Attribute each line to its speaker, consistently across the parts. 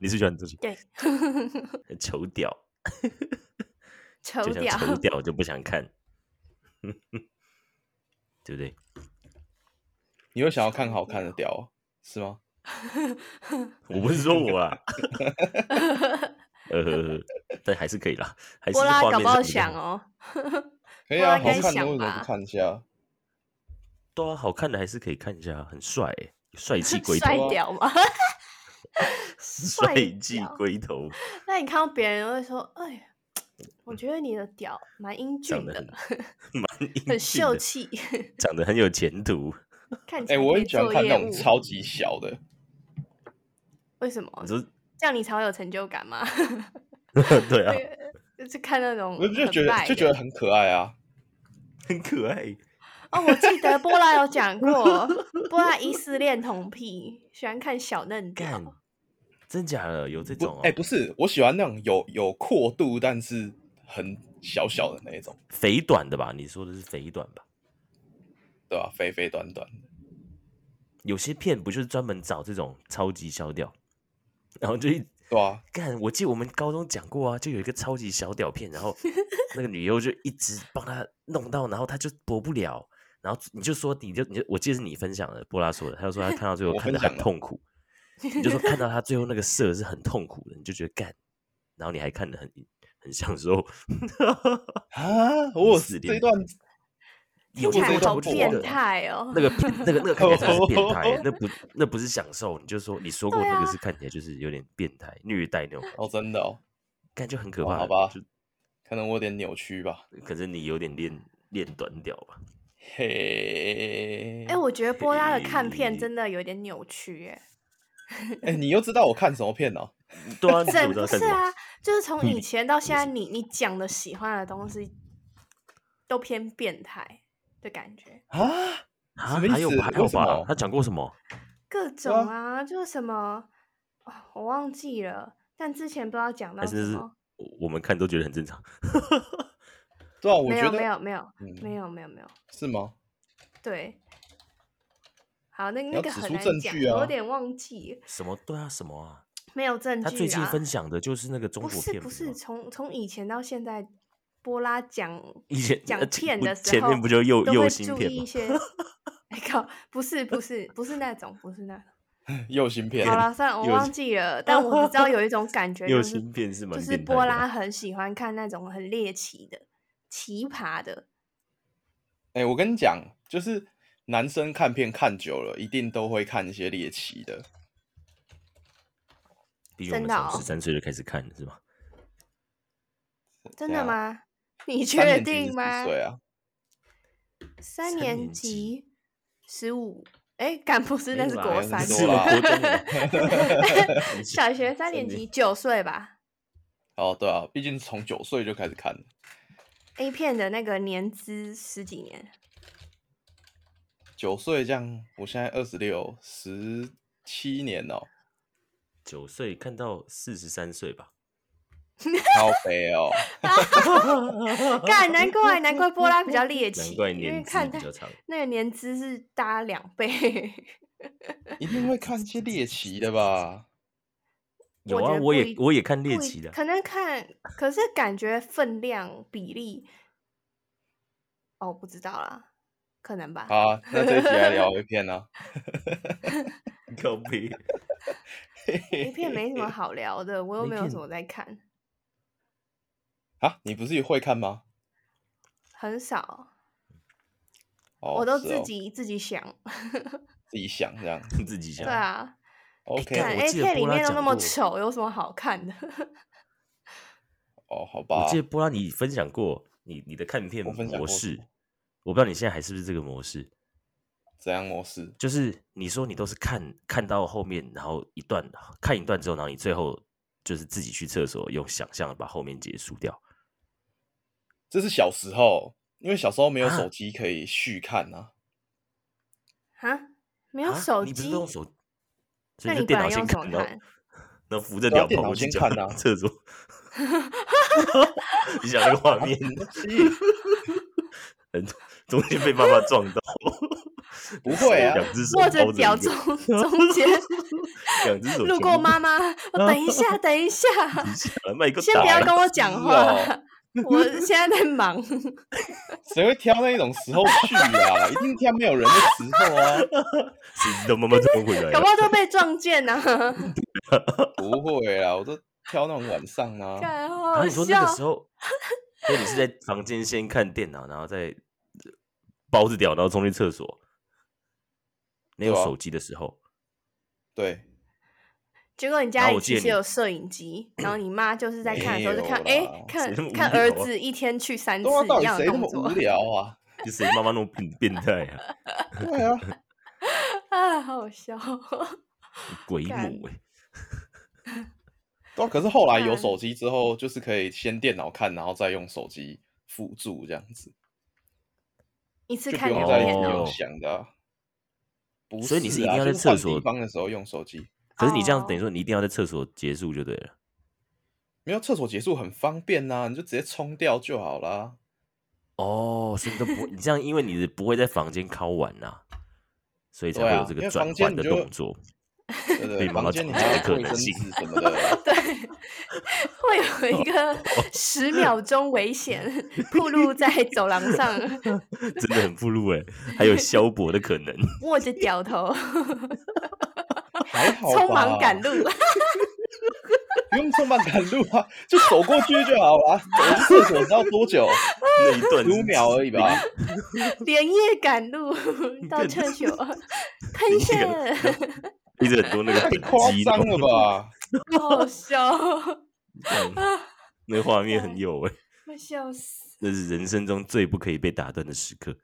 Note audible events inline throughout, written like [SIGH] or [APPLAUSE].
Speaker 1: 你是喜欢这种 [LAUGHS]
Speaker 2: 对，
Speaker 1: 丑屌，
Speaker 2: 丑
Speaker 1: 就
Speaker 2: 屌
Speaker 1: 像，
Speaker 2: [LAUGHS]
Speaker 1: 丑屌，我就不想看，对不对？ [LAUGHS]
Speaker 3: 你会想要看好看
Speaker 2: 啊
Speaker 3: 的屌哦，是吗？
Speaker 1: 我不是说我啊啦， [LAUGHS] 呃，但还是可以啦，还是
Speaker 2: 波拉
Speaker 1: 画
Speaker 2: 搞
Speaker 1: 面
Speaker 2: 不
Speaker 1: 上
Speaker 2: 好
Speaker 1: 比较
Speaker 2: 想
Speaker 1: 好，
Speaker 2: 哦，
Speaker 3: 可以
Speaker 2: 不
Speaker 3: 啊，
Speaker 2: 然
Speaker 3: 好
Speaker 2: 应该
Speaker 3: 看的
Speaker 2: 想
Speaker 3: 为什么
Speaker 2: 吧
Speaker 3: 不看一下？
Speaker 1: 对啊，好看的还是可以看一下，很帅欸，帅
Speaker 2: [LAUGHS]
Speaker 1: 气龟
Speaker 2: 帅
Speaker 1: 头， [LAUGHS]
Speaker 2: 屌嘛，
Speaker 1: 帅气
Speaker 2: 屌
Speaker 1: 龟头，
Speaker 2: 那你看到别人会说，哎呀，我觉得你的屌蛮英
Speaker 1: 嗯长
Speaker 2: 俊
Speaker 1: 得
Speaker 2: 的
Speaker 1: 很， [LAUGHS] 蛮英俊
Speaker 2: 很秀
Speaker 1: 的，
Speaker 2: 气， [LAUGHS]
Speaker 1: 长得很有前途。
Speaker 2: 看起
Speaker 3: 哎、
Speaker 2: 来
Speaker 3: 我
Speaker 2: 可以
Speaker 3: 很喜欢
Speaker 2: 做
Speaker 3: 看那
Speaker 2: 业
Speaker 3: 种
Speaker 2: 务嗯
Speaker 3: 超级小的，
Speaker 2: 为什么？
Speaker 1: 你说 [LAUGHS] 啊
Speaker 2: 这样你才会有成就感嘛？
Speaker 1: 对啊，
Speaker 2: [LAUGHS] 就是看那种
Speaker 3: 我就
Speaker 2: 很
Speaker 3: 觉得
Speaker 2: 败
Speaker 3: 就
Speaker 2: 的
Speaker 3: 觉得很可爱啊。
Speaker 1: 很可爱。
Speaker 2: 哦，我记得波拉有讲
Speaker 1: [LAUGHS]
Speaker 2: 过，波拉疑似恋童癖，喜欢看小嫩
Speaker 1: 干
Speaker 2: 屌。，
Speaker 1: 真假的有这
Speaker 3: 不
Speaker 1: 种
Speaker 2: 啊
Speaker 1: 哦，
Speaker 3: 哎、不是，我喜欢那种有有阔度，但是很小小的那一种，
Speaker 1: 肥短的吧？你说的是肥短吧？
Speaker 3: 对吧、肥肥短短的，
Speaker 1: 有些片不就是专门找这种超级小屌，然后就一
Speaker 3: 对啊吧、
Speaker 1: 干，我记得我们高中讲过啊，就有一个超级小屌片，
Speaker 2: [LAUGHS]
Speaker 1: 然后那个女优就一直帮他弄到，然后他就播不了，然后你就说你就你就我记得是你分享的，波拉说的，他就说他看到最后
Speaker 3: 我
Speaker 1: 看得
Speaker 3: 分享
Speaker 1: 很
Speaker 3: 的
Speaker 1: 痛苦，你就说看到他最后那个射是很痛苦的，你就觉得干，然后你还看得很很享受，
Speaker 3: 啊，我有
Speaker 1: 四
Speaker 3: 这
Speaker 1: 点
Speaker 3: 一段
Speaker 2: [LAUGHS] 听
Speaker 1: 有
Speaker 2: 起
Speaker 1: 这
Speaker 2: 来
Speaker 1: 一段
Speaker 2: 好
Speaker 1: 我就觉
Speaker 2: 变
Speaker 1: 得
Speaker 2: 态哦！
Speaker 1: 那个片那个那个看起来才是变态，那
Speaker 2: [LAUGHS]
Speaker 1: 不那不是享受，你就说你说过
Speaker 2: 对
Speaker 1: 那个
Speaker 2: 啊
Speaker 1: 是看起来就是有点变态虐待那种感觉，
Speaker 3: 哦，真的哦，
Speaker 1: 感觉很可
Speaker 3: 哦
Speaker 1: 怕。
Speaker 3: 好吧
Speaker 1: 就
Speaker 3: 可能我有点扭曲吧。
Speaker 1: 可是你有点练练短屌
Speaker 2: [LAUGHS]
Speaker 1: 吧？
Speaker 3: 嘿，
Speaker 2: 哎、我觉得波拉的看片真的有点扭曲耶。
Speaker 3: 哎、你又知道我看什么片哦？
Speaker 1: 对啊，你怎
Speaker 2: 整
Speaker 1: 么知道
Speaker 2: 不
Speaker 1: 干
Speaker 2: 是
Speaker 1: 什么？嗯
Speaker 2: 啊，就是从以前到现在你，你讲的喜欢的东西都偏变态的感觉，
Speaker 3: 啊，
Speaker 1: 啊
Speaker 3: 什么意
Speaker 1: 还有
Speaker 3: 思
Speaker 1: 还有
Speaker 3: 为什
Speaker 1: 吧
Speaker 3: 么？
Speaker 1: 他讲过什么？
Speaker 2: 各种啊，就是什么、哦我忘记了，但之前不知道讲到
Speaker 1: 还
Speaker 2: 什
Speaker 1: 是是
Speaker 2: 么。
Speaker 1: 我我们看都觉得很正常。
Speaker 3: 对啊，我
Speaker 2: 没
Speaker 3: 觉
Speaker 2: 有
Speaker 3: 得
Speaker 2: 没有没有没
Speaker 3: 嗯，
Speaker 2: 有没有没有，
Speaker 3: 是吗？ [LAUGHS]
Speaker 2: 对。好，那那
Speaker 3: 要
Speaker 2: 个
Speaker 3: 指
Speaker 2: 很
Speaker 3: 出
Speaker 2: 难
Speaker 3: 证
Speaker 2: 讲，
Speaker 3: 据
Speaker 2: 我
Speaker 3: 啊
Speaker 2: 有点忘记，
Speaker 1: 什么？对啊，什么啊？
Speaker 2: 没有证据
Speaker 1: 他
Speaker 2: 啊。
Speaker 1: 最近分享的就是那个中
Speaker 2: 不
Speaker 1: 国
Speaker 2: 是
Speaker 1: 片，
Speaker 2: 不
Speaker 1: 是吗
Speaker 2: 是，从从以前到现在，波拉讲
Speaker 1: 以前
Speaker 2: 讲
Speaker 1: 呃前
Speaker 2: 片
Speaker 1: 不
Speaker 2: 的时候，
Speaker 1: 前面不就右
Speaker 2: 都
Speaker 1: 右
Speaker 2: 会
Speaker 1: 心
Speaker 2: 注
Speaker 1: 片
Speaker 2: 意
Speaker 1: 吗
Speaker 2: 一些。
Speaker 1: [LAUGHS]
Speaker 2: 哎靠，不是不是不是那种，不是那种。
Speaker 3: 又新片
Speaker 2: 好，了，算了，我
Speaker 1: 有
Speaker 2: 忘记
Speaker 1: [LAUGHS]
Speaker 2: 了，但我只知道有一种感觉，
Speaker 1: 右
Speaker 2: 就是
Speaker 1: 心片是蛮
Speaker 2: 就是
Speaker 1: 变态
Speaker 2: 波
Speaker 1: 的
Speaker 2: 拉
Speaker 1: 啊
Speaker 2: 很喜欢看那种很猎奇的、奇葩的。
Speaker 3: 哎、我跟你讲，就是男生看片看久了，一定都会看一些猎奇的。
Speaker 1: 毕竟我们
Speaker 2: 真的哦
Speaker 1: 从十三岁就开始看了，是吗？
Speaker 2: 真的
Speaker 1: 嗯啊
Speaker 3: 等
Speaker 1: [LAUGHS]
Speaker 2: 吗？你
Speaker 3: 一下？三
Speaker 2: 确
Speaker 3: 年级是
Speaker 2: 定
Speaker 3: 几
Speaker 2: 吗？
Speaker 3: 岁啊，
Speaker 2: 三
Speaker 1: 三
Speaker 2: 年
Speaker 1: 年级
Speaker 2: 级十五，哎，敢不是
Speaker 1: 没
Speaker 2: 那
Speaker 1: 有
Speaker 2: 是
Speaker 1: 啦
Speaker 2: 国
Speaker 3: 那是
Speaker 2: 三，
Speaker 3: 多
Speaker 1: 是我
Speaker 3: 啦
Speaker 1: 国中的 [LAUGHS]
Speaker 2: [LAUGHS] 小学三年级九岁吧。
Speaker 3: 哦，对啊，毕竟是从九岁就开始看了
Speaker 2: A 片的那个年资十几年， [LAUGHS]
Speaker 3: 九岁这样，我现在二十六，十七年哦，
Speaker 1: 九岁看到四十三岁吧，
Speaker 3: 超悲哦。
Speaker 2: [LAUGHS]
Speaker 1: [LAUGHS]
Speaker 2: 干难怪难怪波拉比较猎
Speaker 1: 难
Speaker 2: 奇，
Speaker 1: 怪
Speaker 2: 因为
Speaker 1: 年纪
Speaker 2: 看
Speaker 1: 比
Speaker 2: 他
Speaker 1: 较长。
Speaker 2: 那个年资是大家两倍。 [LAUGHS]
Speaker 3: 一定会看一些猎奇的吧？
Speaker 1: 有
Speaker 2: 我觉
Speaker 1: 啊，
Speaker 2: 得
Speaker 1: 我
Speaker 2: 不
Speaker 1: 也
Speaker 2: 一
Speaker 1: 我也看猎
Speaker 2: 不一
Speaker 1: 奇的啊，
Speaker 2: 可能看，可是感觉分量比例，哦，不知道啦，可能吧。
Speaker 3: 好啊，那这一集来聊一片啊。
Speaker 1: 靠背。
Speaker 2: A 片没什
Speaker 1: [LAUGHS]
Speaker 2: 么好聊的，我又
Speaker 1: A
Speaker 2: 没有
Speaker 1: 片
Speaker 2: 什么在看，
Speaker 3: 啊，你不是也会看吗？
Speaker 2: 很少，
Speaker 3: 哦，
Speaker 2: 我都
Speaker 3: 是
Speaker 2: 自
Speaker 3: 哦
Speaker 2: 己自己想。
Speaker 3: 自己想这样。
Speaker 1: 自
Speaker 2: [LAUGHS]
Speaker 1: 己想。
Speaker 2: 对啊，
Speaker 3: OK，
Speaker 1: 干
Speaker 2: 看
Speaker 1: 哎我
Speaker 2: A
Speaker 1: 记得
Speaker 2: 片里
Speaker 1: 波拉
Speaker 2: 面都
Speaker 1: 讲
Speaker 2: 那么
Speaker 1: 过
Speaker 2: 丑，有什么好看的？ [LAUGHS]
Speaker 3: 哦，好
Speaker 1: 我
Speaker 3: 吧。
Speaker 1: 记得波拉你分享过你你的看片
Speaker 3: 我分享
Speaker 1: 模
Speaker 3: 过什
Speaker 1: 式
Speaker 3: 么，
Speaker 1: 我不知道你现在还是不是这个模式，
Speaker 3: 怎样模式？
Speaker 1: 就是你说你都是看看到后面，然后一段看一段之后，然后你最后就是自己去厕所用想象把后面结束掉。
Speaker 3: 这是小时候，因为小时候没有
Speaker 1: 啊
Speaker 3: 手机可以续看啊。
Speaker 2: 啊，没有
Speaker 1: 啊
Speaker 2: 手
Speaker 1: 你不
Speaker 2: 机
Speaker 1: 是，用手，所
Speaker 2: 那
Speaker 1: 以就
Speaker 2: 你
Speaker 1: 电
Speaker 2: 本
Speaker 1: 脑
Speaker 2: 来
Speaker 1: 先
Speaker 2: 用什么
Speaker 1: 看，然后
Speaker 2: 看？
Speaker 1: 然后扶着
Speaker 3: 对啊
Speaker 1: 屌
Speaker 3: 电
Speaker 1: 跑
Speaker 3: 脑
Speaker 1: 过去
Speaker 3: 先
Speaker 1: 叫
Speaker 3: 看
Speaker 1: 他
Speaker 3: 啊
Speaker 1: [LAUGHS] 厕
Speaker 2: [LAUGHS]
Speaker 1: 所。你想那个画面，
Speaker 3: 什么东西
Speaker 1: 中间被爸爸撞到，
Speaker 3: 不会啊，
Speaker 1: 两只手
Speaker 2: 握着
Speaker 1: 包
Speaker 2: 脚
Speaker 1: 一
Speaker 2: 中
Speaker 1: 个
Speaker 2: 中间
Speaker 1: [LAUGHS] 两只手
Speaker 2: 路
Speaker 1: 全
Speaker 2: 过
Speaker 1: 部
Speaker 2: 妈妈，
Speaker 1: [LAUGHS]
Speaker 2: 我等一下，等一下，
Speaker 1: 停下来，卖个
Speaker 2: 先不要
Speaker 1: 蛋
Speaker 2: 跟我讲话，
Speaker 3: 哦
Speaker 2: [LAUGHS] 我现在在忙。
Speaker 3: 哎谁会挑那种时候去啊？一定挑没有人的时候
Speaker 2: [LAUGHS]
Speaker 3: 啊！
Speaker 1: 谁知道妈妈怎么回来
Speaker 2: 搞
Speaker 1: 了
Speaker 2: 不？好都被撞见
Speaker 3: [LAUGHS]
Speaker 2: 呢、啊，
Speaker 3: 不会啊，我都挑那种晚上啊。
Speaker 2: 看好
Speaker 1: 然后
Speaker 2: 好
Speaker 1: 你说那
Speaker 2: 笑
Speaker 1: 个。时候，所以你是在房间先看电脑，然后再包着掉，然后冲去厕所，没有
Speaker 3: 对啊
Speaker 1: 手机的时候，
Speaker 3: 对，
Speaker 2: 结果你
Speaker 1: 然
Speaker 2: 家
Speaker 1: 后
Speaker 2: 里
Speaker 1: 啊我记
Speaker 2: 其
Speaker 1: 得
Speaker 2: 实
Speaker 1: 你
Speaker 2: 有摄影机，然后你妈就是在看的时候就看，
Speaker 3: 没有
Speaker 2: 哎、
Speaker 3: 啦
Speaker 1: 谁那么
Speaker 2: 看
Speaker 1: 无
Speaker 2: 看
Speaker 1: 聊
Speaker 2: 儿
Speaker 1: 啊
Speaker 2: 子一天去三次
Speaker 3: 对啊，到
Speaker 2: 一
Speaker 3: 底
Speaker 2: 样的
Speaker 3: 谁那
Speaker 2: 动
Speaker 3: 么无
Speaker 2: 作
Speaker 3: 聊啊？
Speaker 1: 就谁妈妈那种变变态啊，
Speaker 3: 对啊，
Speaker 2: [LAUGHS] 啊，好好笑。 [LAUGHS]
Speaker 1: 鬼
Speaker 2: 干
Speaker 1: 母哎、
Speaker 3: 对啊。可是后来有
Speaker 2: 看
Speaker 3: 手机之后，就是可以先电脑看，然后再用手机辅助这样子，
Speaker 2: 一次
Speaker 3: 就不
Speaker 2: 看
Speaker 3: 用
Speaker 2: 两
Speaker 3: 在
Speaker 1: 里
Speaker 2: 遍
Speaker 1: 面
Speaker 2: 哦
Speaker 3: 有
Speaker 1: 哦
Speaker 3: 想的啊。不
Speaker 1: 所以你是
Speaker 3: 是
Speaker 1: 一定
Speaker 3: 啊
Speaker 1: 要在
Speaker 3: 就是
Speaker 1: 厕
Speaker 3: 换
Speaker 1: 所
Speaker 3: 地方的时候用手机，
Speaker 1: 可是你这样等于
Speaker 2: 哦
Speaker 1: 说你一定要在厕所结束就对了。
Speaker 3: 没有厕所结束很方便呐、你就直接冲掉就好啦。
Speaker 1: 哦，所以你都不，你这样，因为你不会在房间敲完呐、所以才
Speaker 3: 对
Speaker 1: 会有
Speaker 3: 啊
Speaker 1: 这
Speaker 3: 因
Speaker 1: 个
Speaker 3: 为
Speaker 1: 转
Speaker 3: 房间
Speaker 1: 换
Speaker 3: 你
Speaker 1: 的
Speaker 3: 就
Speaker 1: 动作。
Speaker 3: 对不
Speaker 1: 被
Speaker 3: 对，
Speaker 1: 妈妈
Speaker 3: 房间你
Speaker 1: 吵架
Speaker 3: 还要
Speaker 1: 的可
Speaker 3: 卫
Speaker 1: 能
Speaker 3: 生
Speaker 1: 性
Speaker 3: 纸什么
Speaker 2: [LAUGHS]
Speaker 3: 的，
Speaker 2: 对， [LAUGHS] 会有一
Speaker 1: [LAUGHS]
Speaker 2: 个十秒钟危险
Speaker 3: [LAUGHS]
Speaker 2: 暴露在走廊上， [LAUGHS]
Speaker 1: 真的很暴露哎，还有消薄的可能。 [LAUGHS]
Speaker 2: 握着屌头，
Speaker 3: 还好吧？
Speaker 2: 匆忙赶路。 [LAUGHS]
Speaker 3: 不用匆忙赶路啊，就走过去就好了。走去厕所知道多 [LAUGHS] 久？
Speaker 1: 那一段
Speaker 3: 五秒而已吧。
Speaker 2: 连夜赶
Speaker 1: [LAUGHS]
Speaker 2: 路到
Speaker 1: 看
Speaker 2: 厕所，
Speaker 1: 你
Speaker 2: [LAUGHS] 喷
Speaker 1: 那个
Speaker 2: 射，
Speaker 1: 一直很多那个
Speaker 3: 太
Speaker 1: 等
Speaker 3: 夸
Speaker 1: 级
Speaker 3: 张了？吧？
Speaker 2: [LAUGHS] 好笑，
Speaker 1: 嗯那画面很有哎，
Speaker 2: 我笑死。
Speaker 1: 那是人生中最不可以被打断的时刻。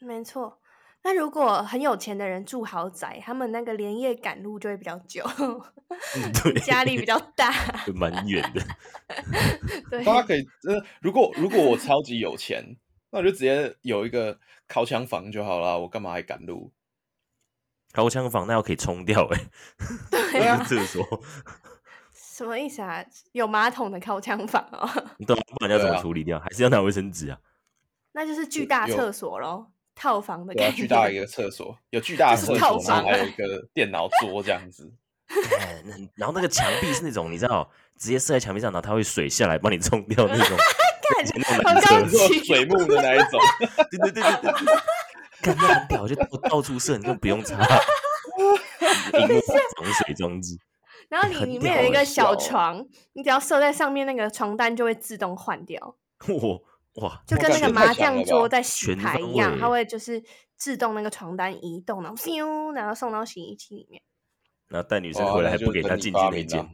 Speaker 2: 没错，那如果很有钱的人住豪宅，他们那个连夜赶路就会比较久，
Speaker 1: 嗯对，
Speaker 2: [LAUGHS] 压力比较大。
Speaker 1: 蛮远的。
Speaker 2: 对，
Speaker 3: 大家可以，呃，如果如果我超级有钱，那我就直接有一个烤枪房就好了。我干嘛还赶路？
Speaker 1: 高枪房那要可以冲掉哎，
Speaker 2: 对
Speaker 1: 那
Speaker 2: 啊，
Speaker 1: 个厕所， [LAUGHS]
Speaker 2: 什么意思啊？有马桶的靠墙房哦， [LAUGHS]
Speaker 1: 你懂吗？不然要怎
Speaker 3: 对
Speaker 1: 么
Speaker 3: 啊
Speaker 1: 处理掉？还是要拿卫生纸啊？
Speaker 2: 那就是巨大
Speaker 3: 有
Speaker 2: 厕所喽，套房的
Speaker 3: 对啊
Speaker 2: 概，
Speaker 3: 巨大
Speaker 2: 念。
Speaker 3: 一个厕所，有巨大的
Speaker 2: 这
Speaker 3: 厕
Speaker 2: 是套
Speaker 3: 所，
Speaker 2: 房
Speaker 3: 然
Speaker 2: 啊
Speaker 3: 后还有一个电脑桌这样
Speaker 2: [LAUGHS]
Speaker 3: 子。
Speaker 1: 干哎那然后那个墙壁是那种你知道，直接射在墙壁上，然后它会水下来帮你冲掉那
Speaker 2: [LAUGHS]
Speaker 1: 种以前那种
Speaker 2: 好
Speaker 1: 男
Speaker 2: 高
Speaker 1: 厕
Speaker 3: 你说水幕的那一种，
Speaker 1: 对对对对对对，干那很屌，就到到处射，你根本不用
Speaker 2: [LAUGHS]
Speaker 1: 擦，荧幕防水装置，
Speaker 2: 然后你
Speaker 1: 很
Speaker 2: 里
Speaker 1: 屌
Speaker 2: 面有一
Speaker 1: 欸
Speaker 2: 个小
Speaker 3: 小
Speaker 2: 床，你只要设在上面，那个床单就会自动换掉，
Speaker 1: 哇哇，
Speaker 2: 就跟
Speaker 3: 我
Speaker 2: 那
Speaker 3: 感觉
Speaker 2: 个
Speaker 3: 太
Speaker 2: 麻
Speaker 3: 强
Speaker 2: 将
Speaker 3: 了
Speaker 2: 桌
Speaker 3: 吧
Speaker 2: 在洗
Speaker 1: 全
Speaker 2: 牌
Speaker 1: 方
Speaker 2: 一样，它
Speaker 1: 位
Speaker 2: 会就是自动那个床单移动，然后咻，然后送到洗衣机里面，
Speaker 1: 然后带女生
Speaker 3: 哇
Speaker 1: 回来
Speaker 3: 那
Speaker 1: 还
Speaker 3: 就
Speaker 1: 不给
Speaker 3: 等
Speaker 1: 她
Speaker 3: 你
Speaker 1: 进去
Speaker 3: 发
Speaker 1: 那
Speaker 3: 明
Speaker 1: 间
Speaker 3: 啊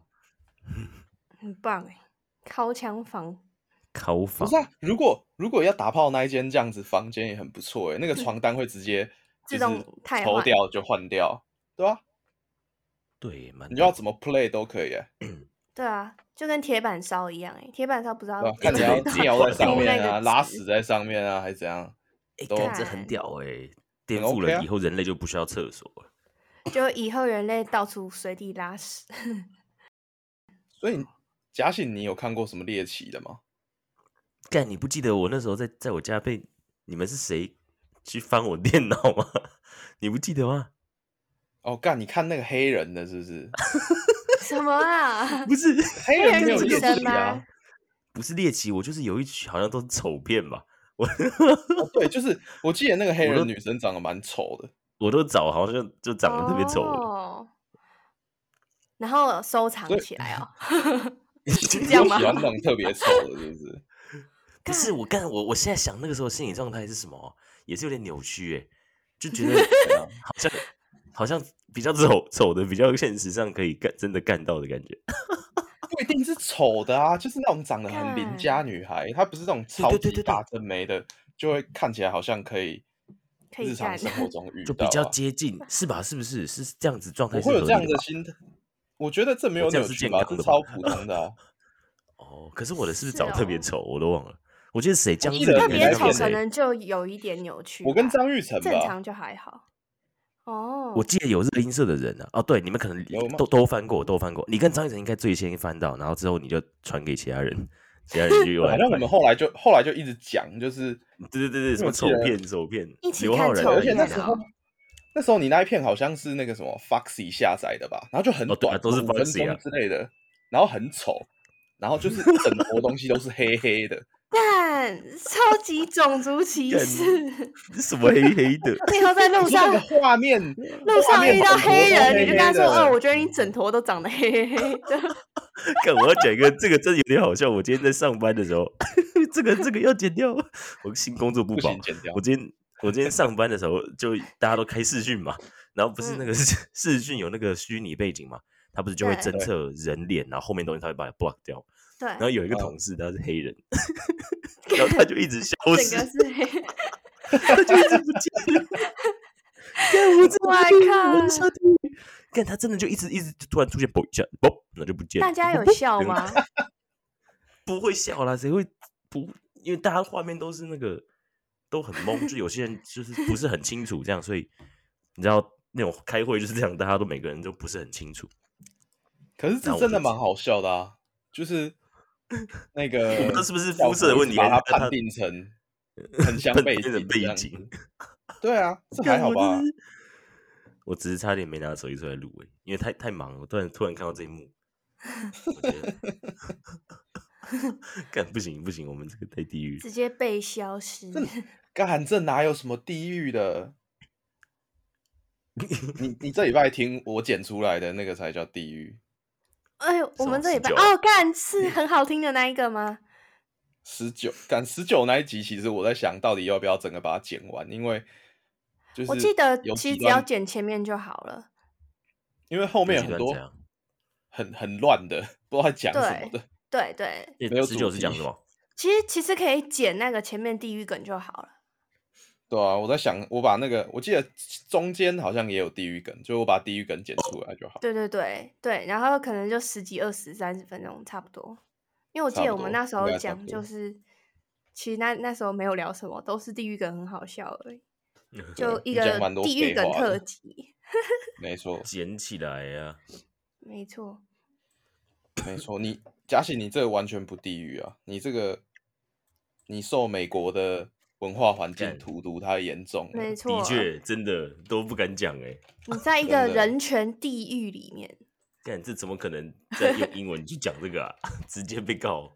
Speaker 2: 很棒哎、靠墙房
Speaker 1: 烤
Speaker 3: 不
Speaker 1: 房
Speaker 3: 是，啊？如果如果要打炮那一间这样子，房间也很不错哎。那个床单会直接
Speaker 2: 自
Speaker 3: 就是
Speaker 2: 动汰
Speaker 3: 抽
Speaker 2: 换
Speaker 3: 掉就换掉，对吧？
Speaker 1: 对，蛮
Speaker 3: 你要
Speaker 1: 屌
Speaker 3: 怎么 play 都可以欸，
Speaker 2: 对啊，就跟铁板烧一样哎、铁板烧不知道
Speaker 3: 对吧？啊看你
Speaker 1: 直接
Speaker 3: 要
Speaker 1: 直接
Speaker 3: 尿在上
Speaker 1: 丢
Speaker 3: 面啊，拉
Speaker 2: 屎。
Speaker 3: 屎在上面啊，还是怎样？
Speaker 1: 哎，
Speaker 3: 都
Speaker 1: 干这很屌哎、颠覆
Speaker 3: OK 啊
Speaker 1: 了以后人类就不需要厕所了。
Speaker 2: 就以后人类到处随地拉屎， [LAUGHS]
Speaker 3: 所以假醒，你有看过什么猎奇的吗？
Speaker 1: 干，你不记得我那时候在在我家被你们是谁去翻我电脑吗？ [LAUGHS] 你不记得吗？
Speaker 3: 哦，干，你看那个黑人的是不是？
Speaker 2: 什么啊？
Speaker 1: 不是，
Speaker 3: 黑
Speaker 2: 人
Speaker 3: 人没有
Speaker 2: 是
Speaker 3: 猎
Speaker 2: 女生
Speaker 3: 奇
Speaker 2: 吗
Speaker 3: 啊？
Speaker 1: 不是猎奇，我就是有一群好像都是丑片吧，
Speaker 3: 哦，对，就是我记得那个黑
Speaker 1: 我都
Speaker 3: 人女生长得蛮丑的，
Speaker 1: 我都找好像就就 [LAUGHS] 长得特别丑了。
Speaker 2: 哦然后收藏
Speaker 3: 所以
Speaker 2: 起来哦。
Speaker 3: 是
Speaker 2: 这样吗
Speaker 3: 喜欢那种特别丑的，是不是？
Speaker 1: 不是我干我，我现在想那个时候心理状态是什么，也是有点扭曲哎、就觉得好像好像比较丑丑的，比较现实上可以干真的干到的感觉。
Speaker 3: 不一定是丑的啊，就是那种长得很邻家女孩，她不是那种超
Speaker 1: 对对
Speaker 3: 级
Speaker 1: 对
Speaker 3: 大正眉的，就会看起来好像可以
Speaker 2: 可以
Speaker 3: 日常
Speaker 2: 干
Speaker 3: 生活中遇
Speaker 1: 就
Speaker 3: 到、啊，
Speaker 1: 比较接近，是吧？是不是是这样子状态
Speaker 3: 我
Speaker 1: 是
Speaker 3: 会
Speaker 1: 合
Speaker 3: 有
Speaker 1: 理
Speaker 3: 这样的
Speaker 1: 吧
Speaker 3: 心态。我觉得这没
Speaker 1: 我
Speaker 3: 有
Speaker 1: 这样
Speaker 3: 扭
Speaker 1: 是
Speaker 3: 曲
Speaker 1: 健
Speaker 3: 吧，
Speaker 1: 康的
Speaker 3: 这
Speaker 1: 吧
Speaker 3: 超普
Speaker 2: [LAUGHS]
Speaker 3: 通的、啊。
Speaker 1: 哦，可是我的是不是长得
Speaker 2: 是
Speaker 1: 特别
Speaker 2: 哦
Speaker 1: 丑，我都忘了。我记得谁江
Speaker 3: 记
Speaker 1: 玉
Speaker 3: 得
Speaker 2: 特
Speaker 1: 玲
Speaker 3: 哦你
Speaker 2: 别
Speaker 1: 还
Speaker 3: 那
Speaker 1: 是
Speaker 2: 丑
Speaker 1: 跟
Speaker 3: 边
Speaker 2: 可
Speaker 1: 谁？
Speaker 2: 能就有一点扭曲吧，
Speaker 3: 我跟张玉成
Speaker 2: 正
Speaker 3: 吧，
Speaker 2: 常就还好。哦，
Speaker 1: 我记得有热音社的人啊，哦，对，你们可能
Speaker 3: 有吗
Speaker 1: 都都翻过，都翻过。你跟张雨晨应该最先翻到，然后之后你就传给其他人，其他人就又来
Speaker 3: [LAUGHS] 好像我
Speaker 1: 翻
Speaker 3: 们。后来就后来就一直讲，就是
Speaker 1: [LAUGHS] 对对对对，什
Speaker 3: 我
Speaker 1: 么
Speaker 3: 记
Speaker 1: 丑
Speaker 3: 得
Speaker 1: 片丑片
Speaker 2: 一，起
Speaker 1: 刘
Speaker 2: 看
Speaker 1: 昊然
Speaker 2: 丑
Speaker 1: 啊，
Speaker 3: 而
Speaker 2: 对
Speaker 3: 且
Speaker 1: 也
Speaker 2: 片
Speaker 3: 那
Speaker 1: 是
Speaker 3: 时
Speaker 2: 啊
Speaker 3: 候那时候你那一片好像是那个什么 Foxy 下载的吧，然后就很
Speaker 1: 哦对啊
Speaker 3: 短，
Speaker 1: 都是
Speaker 3: 5分
Speaker 1: Foxy
Speaker 3: 钟
Speaker 1: 啊
Speaker 3: 之类的，然后很丑，然后就是整坨东西都是黑黑的，
Speaker 2: 干，超级种族歧
Speaker 1: 干
Speaker 2: 视！
Speaker 1: [LAUGHS]
Speaker 2: [LAUGHS]
Speaker 1: 什么黑黑的？
Speaker 2: 以后在 [LAUGHS] 路
Speaker 3: 就是那
Speaker 2: 上
Speaker 3: 个画面，
Speaker 2: 路
Speaker 3: 画
Speaker 2: 上
Speaker 3: 面
Speaker 2: 遇到
Speaker 3: 整坨
Speaker 2: 黑
Speaker 3: 都
Speaker 2: 人，你就跟他
Speaker 3: 黑
Speaker 2: 说：“
Speaker 3: 的
Speaker 2: 哦，我觉得你整坨都长得黑黑黑的。
Speaker 1: 干，我要讲一个，这个真的有点好笑。我今天在上班的时候， [LAUGHS] 这个这个要剪掉，我新工作不
Speaker 3: 不
Speaker 1: 保
Speaker 3: 行，。剪掉
Speaker 1: 我。今天我今天上班的时候，就大家都开视讯嘛，然后不是那个视 [LAUGHS] 讯有那个虚拟背景嘛，它不是就会
Speaker 2: 嗯对
Speaker 1: 侦测人脸，然后后面东西它会把它 block 掉。”
Speaker 2: 对，
Speaker 1: 然后有一个
Speaker 3: 哦
Speaker 1: 同事他是
Speaker 2: [LAUGHS]
Speaker 1: 黑人，然后他就一直消
Speaker 2: 整
Speaker 1: 失
Speaker 2: 个，是黑。
Speaker 3: [LAUGHS]
Speaker 1: 他就一直不见了。干我真的
Speaker 2: 哇
Speaker 1: 不行我
Speaker 2: 靠
Speaker 1: 要下地狱干他真的就一直一直就突然出现，啵一下，啵，那就不见了。
Speaker 2: 大家有
Speaker 1: 啵
Speaker 2: 笑？
Speaker 3: [LAUGHS]
Speaker 2: 吗？
Speaker 1: 不会笑啦，谁会不？因为大家画面都是那个都很懵，就有些人就是不是很清楚这样，所以你知道那种开会就是这样，大家都每个人都不是很清楚。
Speaker 3: 可是
Speaker 1: 那
Speaker 3: 这
Speaker 1: 我
Speaker 3: 真的
Speaker 1: 就
Speaker 3: 蛮好笑的啊，就是那个，
Speaker 1: [LAUGHS] 我不知道是不是肤色的问题
Speaker 3: 把
Speaker 1: 还
Speaker 3: 它
Speaker 1: 是他
Speaker 3: 判
Speaker 1: [LAUGHS]
Speaker 3: 定成很像
Speaker 1: 变
Speaker 3: 背
Speaker 1: 变
Speaker 3: 景
Speaker 1: 成
Speaker 3: 这样
Speaker 1: 背
Speaker 3: 子
Speaker 1: 景。
Speaker 3: 对啊，这
Speaker 1: 干
Speaker 3: 还好？
Speaker 1: 我
Speaker 3: 吧
Speaker 1: 真？是我只是差点没拿手机出来录诶、因为太太忙了，我突然突然看到这一幕，我觉得
Speaker 3: [LAUGHS]
Speaker 1: 干不行不行，我们这个太地狱了。
Speaker 2: 直接被消失。
Speaker 3: 干这哪有什么地
Speaker 1: [LAUGHS]
Speaker 3: 狱的？你你这礼拜听我剪出来的那个才叫地狱，
Speaker 2: [LAUGHS] 哎，我
Speaker 1: 什
Speaker 2: 们
Speaker 1: 么
Speaker 2: 这里边
Speaker 1: 19
Speaker 2: 哦，干
Speaker 3: [LAUGHS]
Speaker 2: 是很好听的那一个吗？
Speaker 3: 十九赶十九那一集，其实我在想到底要不要整个把它剪完，因为就是
Speaker 2: 我记得
Speaker 3: 有
Speaker 2: 其
Speaker 3: 几
Speaker 2: 实只要
Speaker 3: 段，
Speaker 2: 剪前面就好了。
Speaker 3: 因为 [LAUGHS] 后面
Speaker 1: 有几
Speaker 3: 有
Speaker 1: 段
Speaker 3: 很多
Speaker 1: 这样
Speaker 3: 很很乱的， [LAUGHS] 不知道在讲什么
Speaker 2: 对
Speaker 3: 的。
Speaker 2: 对对，
Speaker 1: 因
Speaker 3: 没有
Speaker 1: 为十九
Speaker 3: 主
Speaker 1: 是讲
Speaker 3: 题
Speaker 1: 什么？
Speaker 2: 其实其实可以剪那个前面地狱梗就好了。
Speaker 3: 对啊，我在想，我把那个，我记得中间好像也有地狱梗，就我把地狱梗剪出来就好。
Speaker 2: 对对对对，然后可能就十几、二十、三十分钟差不多。因为我记
Speaker 3: 差
Speaker 2: 得
Speaker 3: 不
Speaker 2: 我们
Speaker 3: 多
Speaker 2: 那时
Speaker 3: 应
Speaker 2: 候
Speaker 3: 该差
Speaker 2: 讲
Speaker 3: 不
Speaker 2: 就
Speaker 3: 多
Speaker 2: 是，其实那那时候没有聊什么，都是地狱梗很好笑而
Speaker 3: [LAUGHS]
Speaker 2: 已，就
Speaker 3: 你
Speaker 2: 一
Speaker 3: 讲
Speaker 2: 个
Speaker 3: 蛮多
Speaker 2: 地狱
Speaker 3: 废
Speaker 2: 梗
Speaker 3: 话
Speaker 2: 特
Speaker 3: 的
Speaker 2: 辑。
Speaker 3: 没错，
Speaker 1: 捡起来啊呀、
Speaker 2: 没
Speaker 3: [LAUGHS]
Speaker 2: 错，
Speaker 3: 没错。你嘉欣，你这个完全不地狱啊！你这个，你受美国的文化环境
Speaker 1: 干
Speaker 3: 荼毒太严重了。
Speaker 2: 没错，
Speaker 1: 的确真的都不敢讲欸诶、
Speaker 2: 你在一
Speaker 3: 真
Speaker 2: 个
Speaker 3: 的
Speaker 2: 人权地狱里面，
Speaker 1: 干这怎么可能再用英文去讲这个啊？ [LAUGHS] 直接被告，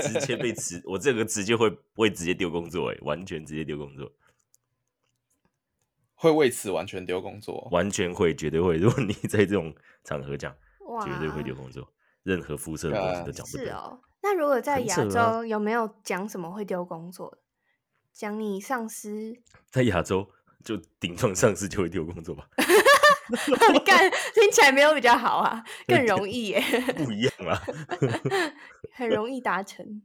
Speaker 1: 直接被辞，我这个直接会会直接丢工作诶、完全直接丢工作。
Speaker 3: 会为此完全丢工作。
Speaker 1: 完全会，绝对会。如果你在这种场合讲，
Speaker 2: 哇，
Speaker 1: 绝对会丢工作。任何肤色的东
Speaker 3: 啊
Speaker 1: 西都讲不
Speaker 2: 是
Speaker 1: 得。
Speaker 2: 哦，那如果在
Speaker 1: 很
Speaker 2: 亚
Speaker 1: 扯啊
Speaker 2: 洲，有没有讲什么会丢工作的？讲你
Speaker 1: [LAUGHS]
Speaker 2: 上司
Speaker 1: 在亚洲就顶撞上司就会丢工作吧，
Speaker 2: 干，听起来没有比较好啊，更容易
Speaker 1: [LAUGHS]
Speaker 2: 耶，
Speaker 1: 不一样啊啦。
Speaker 2: 很容易达成。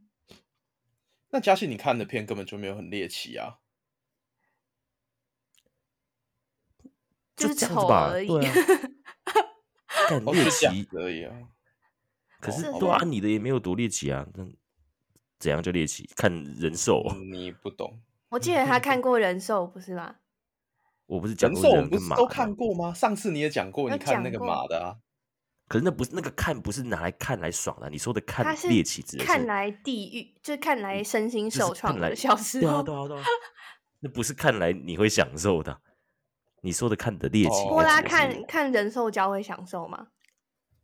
Speaker 3: 那嘉欣，你看的片根本就没有很猎奇啊。
Speaker 2: [LAUGHS] 就是
Speaker 1: 这样子
Speaker 2: 丑
Speaker 1: 吧，
Speaker 2: 而已 [LAUGHS]
Speaker 1: 对啊。干
Speaker 3: 哦，
Speaker 1: 猎
Speaker 3: 是这样哦
Speaker 1: 奇，
Speaker 3: 子而已啊。
Speaker 1: 可是
Speaker 2: 是
Speaker 1: 对啊，
Speaker 2: 吗
Speaker 1: 你的也没有多猎奇啊。那怎样叫猎奇？看人兽哦，
Speaker 3: 你不懂。
Speaker 2: 我记得他
Speaker 1: [LAUGHS]
Speaker 2: 看过人兽，不是吗？
Speaker 1: 我不是讲
Speaker 3: 人
Speaker 1: 过
Speaker 3: 兽我
Speaker 1: 人
Speaker 3: 们不
Speaker 1: 跟
Speaker 3: 是
Speaker 1: 马
Speaker 3: 都
Speaker 1: 吗
Speaker 3: 看过吗？上次你也讲过，
Speaker 2: 有
Speaker 3: 你看那
Speaker 2: 讲
Speaker 3: 个
Speaker 2: 过
Speaker 3: 马的啊。
Speaker 1: 可是那不是那个看，不是拿来看来爽的啊。你说的看
Speaker 2: 他是
Speaker 1: 猎奇指的是
Speaker 2: 看来地狱，就是看来身心
Speaker 1: 嗯就是
Speaker 2: 受
Speaker 1: 看
Speaker 2: 创
Speaker 1: 来
Speaker 2: 的小时
Speaker 1: 对啊，
Speaker 2: 候，
Speaker 1: 对啊，对啊，那不是看来你会享受的啊。你说的看的猎奇应该指的是，
Speaker 3: 哦
Speaker 2: 波拉
Speaker 3: 我
Speaker 2: 看看人兽交会享受吗？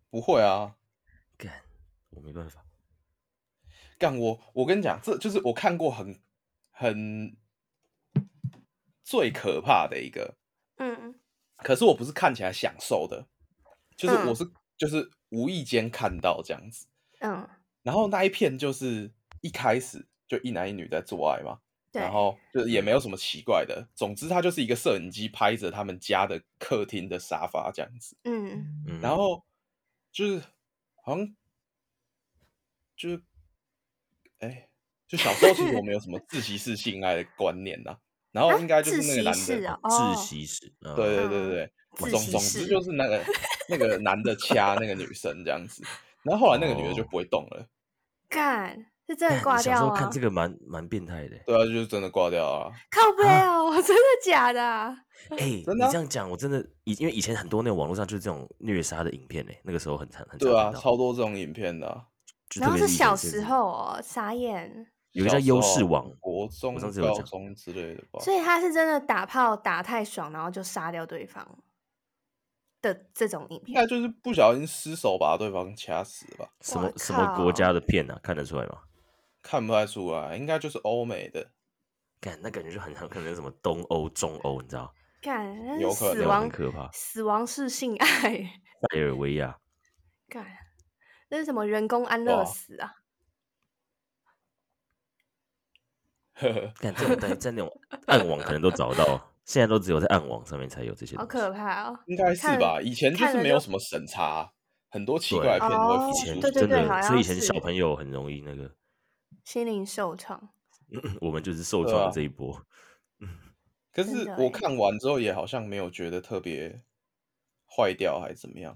Speaker 3: 不会啊，
Speaker 1: 干，我没办法。
Speaker 3: 干我，我跟你讲，这就是我看过很很最可怕的一个，
Speaker 2: 嗯嗯，
Speaker 3: 可是我不是看起来享受的，就是我
Speaker 2: 嗯
Speaker 3: 是、就是无意间看到这样子，
Speaker 2: 嗯，
Speaker 3: 然后那一片就是一开始就一男一女在做爱嘛，
Speaker 2: 对，
Speaker 3: 然后就是也没有什么奇怪的，总之它就是一个摄影机拍着他们家的客厅的沙发这样子，
Speaker 2: 嗯，
Speaker 1: 嗯
Speaker 3: 然后就是好像就是哎、就小时候其实我们有什么自习室性爱的观念呐、然
Speaker 1: 哦
Speaker 3: 后
Speaker 2: 啊
Speaker 3: 应该就是
Speaker 2: 自
Speaker 3: 那个
Speaker 2: 习
Speaker 3: 男
Speaker 2: 室
Speaker 3: 的，
Speaker 2: 啊
Speaker 1: 窒
Speaker 2: 哦
Speaker 1: 息史，嗯
Speaker 3: 对对对对
Speaker 2: 嗯自
Speaker 3: 对，总
Speaker 2: 习
Speaker 3: 总之
Speaker 2: 室
Speaker 3: 就是那个那个男的掐那个女生这样子，然后后来那个女的就
Speaker 1: 哦
Speaker 3: 不会动了，
Speaker 2: 干是真
Speaker 1: 干
Speaker 2: 的挂
Speaker 1: 哎我小时
Speaker 2: 掉啊
Speaker 1: 候
Speaker 2: 吗？
Speaker 1: 看这个蛮蛮变态的欸。
Speaker 3: 对啊，就是真的挂掉啊，
Speaker 2: [LAUGHS] 靠背
Speaker 1: 啊
Speaker 2: 哦，真的假的啊？
Speaker 1: 哎，你
Speaker 3: 真的啊
Speaker 1: 这样讲，我真的以因为以前很多那种网络上就是这种虐杀的影片呢，哎那个时候很常很常
Speaker 3: 对啊，
Speaker 1: 看到
Speaker 3: 超多这种影片的啊、
Speaker 1: 就特
Speaker 2: 然后
Speaker 1: 别
Speaker 2: 是
Speaker 1: 以前
Speaker 2: 小
Speaker 1: 是
Speaker 2: 时候哦，傻眼。
Speaker 1: 有一个叫
Speaker 3: 小时
Speaker 1: 优
Speaker 3: 候
Speaker 1: 势
Speaker 3: 啊
Speaker 1: 网
Speaker 3: 国中、
Speaker 1: 上次有
Speaker 3: 高
Speaker 1: 讲
Speaker 3: 中之类的
Speaker 1: 哦
Speaker 3: 吧。
Speaker 2: 所以他是真的打炮打太爽，然后就杀掉对方的这种影
Speaker 3: 应
Speaker 2: 片。
Speaker 3: 该就是不小心失手把对方掐死吧，
Speaker 1: 什么
Speaker 2: 哇
Speaker 1: 什么国家
Speaker 2: 靠
Speaker 1: 的片啊？看得出来吗？
Speaker 3: 看不太出来，应该就是欧美的。
Speaker 1: 感那感觉就很很可能是什么东欧、中欧，你知道？
Speaker 2: 干，那
Speaker 3: 有
Speaker 2: 是
Speaker 3: 可
Speaker 2: 死
Speaker 1: 能
Speaker 2: 亡
Speaker 1: 很可怕
Speaker 2: 死亡式性爱， [LAUGHS]
Speaker 1: 塞尔维亚
Speaker 2: 干，那是什么人工安乐
Speaker 3: 哇
Speaker 2: 死啊？
Speaker 3: 呵呵，
Speaker 1: 干这种在在那
Speaker 3: [LAUGHS]
Speaker 1: 种暗网可能都找得到，现在都只有在暗网上面才有这些
Speaker 2: 好
Speaker 1: 东西。
Speaker 2: 可怕哦！
Speaker 3: [LAUGHS] 应该是
Speaker 2: 看
Speaker 3: 吧？以前就
Speaker 2: 看
Speaker 3: 是
Speaker 2: 了
Speaker 3: 没有
Speaker 2: 就
Speaker 3: 什么审查，很多奇
Speaker 1: 对
Speaker 3: 怪的片都会
Speaker 2: 哦
Speaker 3: 浮
Speaker 1: 以
Speaker 3: 出
Speaker 1: 前
Speaker 2: 对对
Speaker 1: 真
Speaker 2: 对
Speaker 1: 的，
Speaker 2: 好
Speaker 1: 所以以
Speaker 2: 像
Speaker 1: 前小
Speaker 2: 是
Speaker 1: 朋友很容易那个，
Speaker 2: 心灵受创， [LAUGHS]
Speaker 1: 我们就是受
Speaker 3: 对
Speaker 1: 创的
Speaker 3: 啊
Speaker 1: 这一
Speaker 3: [LAUGHS]
Speaker 1: 波。
Speaker 3: 可
Speaker 2: 真
Speaker 3: 是
Speaker 2: 的
Speaker 3: 我
Speaker 2: 欸
Speaker 3: 看完之后也好像没有觉得特别坏掉还是怎么样，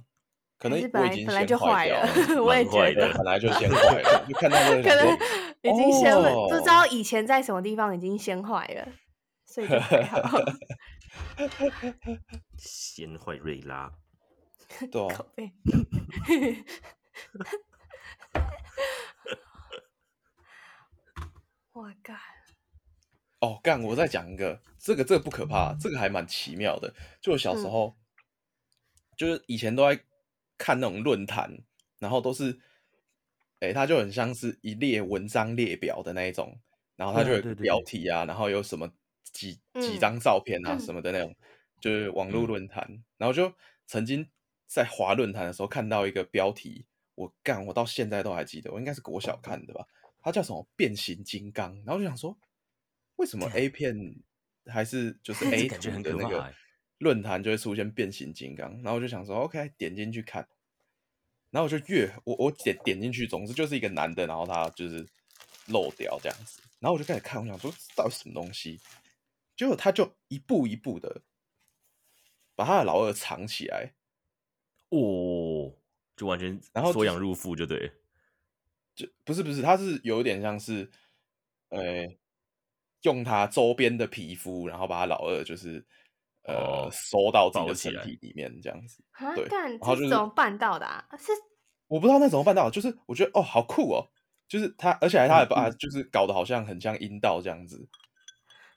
Speaker 3: 可
Speaker 2: 还
Speaker 3: 能
Speaker 2: 是本
Speaker 3: 我已
Speaker 2: 来
Speaker 3: 经
Speaker 2: 本来
Speaker 3: 先
Speaker 2: 就
Speaker 3: 坏
Speaker 2: 坏
Speaker 3: 掉
Speaker 2: 了，我也
Speaker 1: 蛮
Speaker 2: 觉
Speaker 1: 坏
Speaker 3: 对
Speaker 1: 的
Speaker 2: 得
Speaker 3: 本来就先坏
Speaker 2: [LAUGHS]
Speaker 3: 了，就看到那个
Speaker 2: 可
Speaker 3: 想
Speaker 2: 能
Speaker 3: 说
Speaker 2: 已经先、不知
Speaker 3: 哦
Speaker 2: 道以前在什么地方已经先坏了，所以就还好。 [LAUGHS]
Speaker 1: 先坏瑞拉，
Speaker 3: 对啊
Speaker 2: 口碑。我靠！
Speaker 3: 哦，干！我再讲一个，这个这个不可怕，这个还蛮奇妙的。就我小时
Speaker 2: 嗯
Speaker 3: 候，就是以前都在看那种论坛，然后都是，哎、它就很像是一列文章列表的那一种，然后它
Speaker 1: 对啊
Speaker 3: 就有一
Speaker 1: 对
Speaker 3: 个
Speaker 1: 对
Speaker 3: 标
Speaker 1: 对
Speaker 3: 题啊，然后有什么几几
Speaker 2: 嗯
Speaker 3: 张照片啊
Speaker 2: 嗯
Speaker 3: 什么的那种，就是网络
Speaker 1: 嗯
Speaker 3: 论坛。然后就曾经在滑论坛的时候看到一个标题，我干，我到现在都还记得，我应该是国小
Speaker 1: 哦
Speaker 3: 看的吧。它叫什么变形金刚，然后就想说，为什么 A 片还是就是
Speaker 1: 啊 [LAUGHS] 这
Speaker 3: A
Speaker 1: 感觉
Speaker 3: 图
Speaker 1: 很
Speaker 3: 的
Speaker 1: 可
Speaker 3: 那
Speaker 1: 怕
Speaker 3: 个
Speaker 1: 欸。
Speaker 3: 论坛就会出现变形金刚，然后我就想说 OK，点进去看，然后我就越我我点点进去，总之就是一个男的，然后他就是漏掉这样子，然后我就开始看，我想说这到底什么东西，结果他就一步一步的把他的老二藏起来，
Speaker 1: 哦，就完全
Speaker 3: 然后
Speaker 1: 缩
Speaker 3: 就
Speaker 1: 阳
Speaker 3: 是
Speaker 1: 入腹，就对了。
Speaker 3: 就不是不是，它是有点像是，呃，用它周边的皮肤，然后把它老二就是
Speaker 1: 哦
Speaker 3: 呃收到自己
Speaker 1: 包
Speaker 3: 的
Speaker 1: 起
Speaker 3: 身
Speaker 1: 来
Speaker 3: 体里面这样子。
Speaker 2: 啊
Speaker 3: 对，
Speaker 2: 干，
Speaker 3: 然后
Speaker 2: 这
Speaker 3: 就是是
Speaker 2: 怎么办到的啊？是
Speaker 3: 我不知道那怎么办到，就是我觉得哦好酷哦，就是它，而且还它
Speaker 1: 嗯
Speaker 3: 还把它就是搞得好像很像阴道这样子，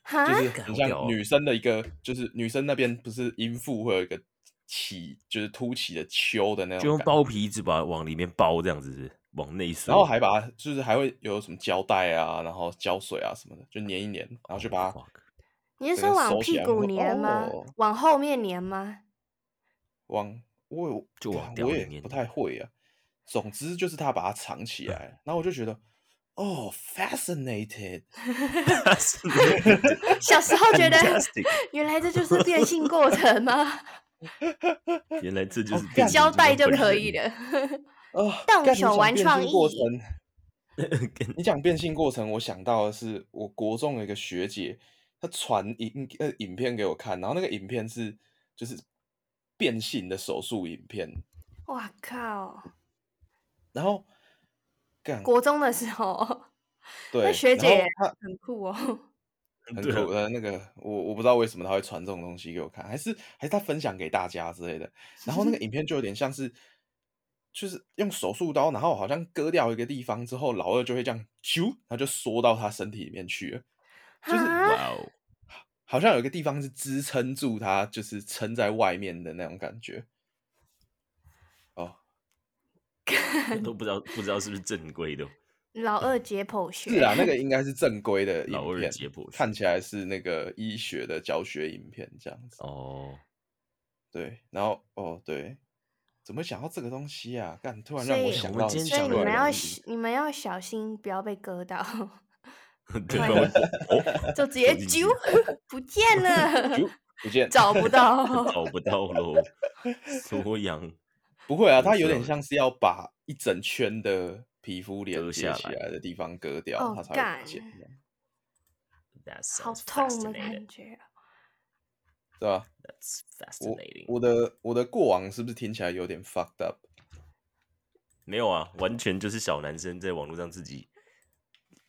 Speaker 2: 哈
Speaker 3: 就是
Speaker 1: 干
Speaker 3: 很
Speaker 1: 好屌哦
Speaker 3: 像女生的一个，就是女生那边不是阴部会有一个起，就是凸起的丘的那
Speaker 1: 就
Speaker 3: 种
Speaker 1: 用
Speaker 3: 感觉
Speaker 1: 包皮子把它往里面包，这样子是不是往内缩。
Speaker 3: 然后还把它就是还会有什么胶带啊，然后胶水啊什么的，就粘一粘，然后就把它
Speaker 1: Fuck
Speaker 2: 你是
Speaker 3: 整
Speaker 2: 说
Speaker 3: 个
Speaker 2: 往
Speaker 3: 收起
Speaker 2: 屁
Speaker 3: 来
Speaker 2: 股
Speaker 3: 我说
Speaker 2: 粘吗？
Speaker 3: 哦
Speaker 2: 往后面粘吗？
Speaker 3: 往我有
Speaker 1: 就往
Speaker 3: 干
Speaker 1: 屌
Speaker 3: 我
Speaker 1: 里
Speaker 3: 也
Speaker 1: 面嗯
Speaker 3: 不
Speaker 1: 粘
Speaker 3: 太会啊。总之就是他把它藏起来，然后我就觉得哦，fascinated， [LAUGHS]
Speaker 1: [LAUGHS]
Speaker 2: 小时候觉得 [LAUGHS]
Speaker 1: Fantastic
Speaker 3: [LAUGHS]
Speaker 2: 原来这就是变性过程吗？
Speaker 1: 原来这就
Speaker 3: 哦
Speaker 1: 是
Speaker 3: 干
Speaker 1: 变
Speaker 3: 你
Speaker 1: 形
Speaker 2: 交
Speaker 1: 金
Speaker 2: 代
Speaker 1: 刚
Speaker 2: 就
Speaker 1: 本
Speaker 2: 可
Speaker 1: 人 [LAUGHS]
Speaker 2: 以。了。
Speaker 3: 啊，
Speaker 2: 动
Speaker 3: 干你
Speaker 2: 手
Speaker 3: 讲
Speaker 2: 玩
Speaker 3: 变
Speaker 2: 创
Speaker 3: 性过
Speaker 2: 意
Speaker 3: 程，
Speaker 1: 跟
Speaker 3: 你讲变性过程，我想到的是我国中有一个学姐，她传影呃影片给我看，然后那个影片是就是变性的手术影片，
Speaker 2: 哇
Speaker 3: 嗯
Speaker 2: 靠！
Speaker 3: 然后干
Speaker 2: 国中的时候，
Speaker 3: 对，
Speaker 2: 那学
Speaker 3: 然后
Speaker 2: 姐
Speaker 3: 她
Speaker 2: 很酷哦。
Speaker 3: 很
Speaker 1: 对啊
Speaker 3: 酷 [LAUGHS] 的那个，我我不知道为什么他会传这种东西给我看，还是还是他分享给大家之类的。然后那个影片就有点像是，就是用手术刀，然后好像割掉一个地方之后，老二就会这样咻，然后就缩到他身体里面去了，就是
Speaker 2: 啊，
Speaker 1: 哇哦，
Speaker 3: 好像有一个地方是支撑住他，就是撑在外面的那种感觉。哦，
Speaker 1: 我都不知道不知道是不是正规的
Speaker 2: 老二解剖学
Speaker 3: 是啊，那个应该是正规
Speaker 1: [LAUGHS]
Speaker 3: 的
Speaker 1: 老
Speaker 3: 影
Speaker 1: 二
Speaker 3: 片
Speaker 1: 解，剖学
Speaker 3: 看起来是那个医学的教学影片这样子。
Speaker 1: 哦。
Speaker 3: 对，然后哦，对，怎么想到这个东西啊？干，突然
Speaker 2: 所
Speaker 3: 让我
Speaker 2: 以
Speaker 3: 想
Speaker 1: 我们
Speaker 3: 到
Speaker 1: 今天
Speaker 3: 很奇
Speaker 2: 所以
Speaker 1: 讲的
Speaker 2: 你
Speaker 3: 怪
Speaker 2: 们
Speaker 3: 的
Speaker 1: 原因
Speaker 2: 要
Speaker 3: 东
Speaker 2: 小
Speaker 3: 西，
Speaker 2: 你们要小心，不要被割到，
Speaker 3: [LAUGHS]
Speaker 1: 对
Speaker 2: 对
Speaker 1: 方会哦，
Speaker 2: 就直接
Speaker 1: 走进去
Speaker 2: 揪 [LAUGHS] 不见
Speaker 3: 啾
Speaker 2: 了，
Speaker 1: [LAUGHS]
Speaker 3: 不见
Speaker 2: 找不到。 [LAUGHS]
Speaker 1: 找不到
Speaker 3: [LAUGHS]
Speaker 1: 喽，缩阳
Speaker 3: 不会啊，
Speaker 1: 我
Speaker 3: 它有
Speaker 1: 知道
Speaker 3: 点
Speaker 1: 了
Speaker 3: 像是要把一整圈的皮肤连
Speaker 1: 割
Speaker 3: 接
Speaker 1: 下
Speaker 3: 起
Speaker 1: 来
Speaker 3: 来的地方割
Speaker 2: 哦
Speaker 3: 掉，它才会
Speaker 2: 干
Speaker 3: 不见这样，
Speaker 1: ，That
Speaker 2: 好
Speaker 1: sounds
Speaker 2: 痛的
Speaker 1: fascinating.
Speaker 2: 感觉啊，
Speaker 3: 对吧？
Speaker 1: That's
Speaker 3: 我
Speaker 1: fascinating.
Speaker 3: 我的我的过往是不是听起来有点 fucked up？
Speaker 1: 没有啊，完全就是小男生在网络上自己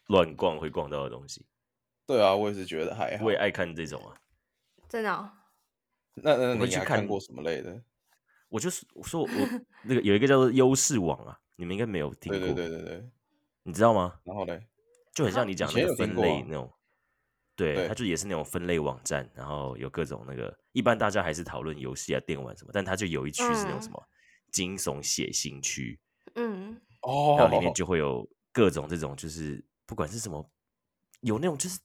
Speaker 1: 乱逛会逛到的东西。
Speaker 3: 对啊，我也是觉得还好
Speaker 1: 我。也爱看这种啊，
Speaker 2: 真的哦、
Speaker 3: 那那
Speaker 1: 我会
Speaker 3: 你
Speaker 1: 去
Speaker 3: 还
Speaker 1: 看
Speaker 3: 看过什么类的？
Speaker 1: 我就是我说我那个有一个叫做优势网啊，你们应该没有听
Speaker 3: 对
Speaker 1: 过，
Speaker 3: 对对对对。
Speaker 1: 你知道吗？
Speaker 3: 然后嘞，
Speaker 1: 就很像你讲
Speaker 3: 前
Speaker 1: 那个
Speaker 3: 有听
Speaker 1: 分
Speaker 3: 过
Speaker 1: 类
Speaker 3: 啊
Speaker 1: 那种，对，
Speaker 3: 对
Speaker 1: 它就也是那种分类网站，然后有各种那个，一般大家还是讨论游戏啊、电玩什么，但它就有一区是那种什
Speaker 2: 嗯
Speaker 1: 么惊悚血腥区，
Speaker 2: 嗯，
Speaker 3: 哦，
Speaker 1: 然后里面就会有各种这种，就是不管是什么，有那种就是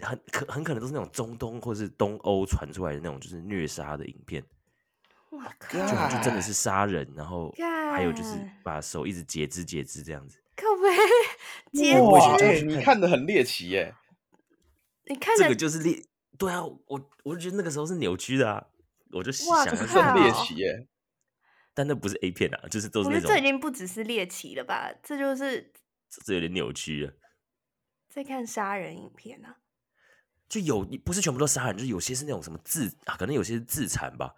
Speaker 1: 很可很可能都是那种中东或是东欧传出来的那种就是虐杀的影片，
Speaker 2: 我靠，
Speaker 3: 就
Speaker 1: 就
Speaker 3: 啊
Speaker 1: 就真的是杀人，然后还有就是
Speaker 2: 干
Speaker 1: 把手一直截肢截肢这样子。
Speaker 2: 靠背
Speaker 1: [LAUGHS]
Speaker 2: 截
Speaker 1: 我以前
Speaker 3: 哇，
Speaker 1: 就
Speaker 2: 肢，
Speaker 1: 有
Speaker 3: 哎
Speaker 1: 去
Speaker 3: 你
Speaker 1: 看
Speaker 3: 看的很猎奇耶，
Speaker 2: 你看
Speaker 1: 这个
Speaker 2: 着
Speaker 1: 就是猎，对啊，我我就觉得那个时候是扭曲的啊，我就
Speaker 2: 哇
Speaker 1: 想要
Speaker 2: 怎么
Speaker 1: 说
Speaker 2: 看
Speaker 3: 很
Speaker 2: 啊
Speaker 3: 猎奇耶，
Speaker 1: 但那不是 A 片啊，就是都是
Speaker 2: 我
Speaker 1: 那
Speaker 2: 觉得这已
Speaker 1: 种，
Speaker 2: 经不只是猎奇了吧，这就是
Speaker 1: 这这有点扭曲了。
Speaker 2: 在看杀人影片啊。
Speaker 1: 就有不是全部都杀人，就是有些是那种什么自啊，可能有些是自残吧，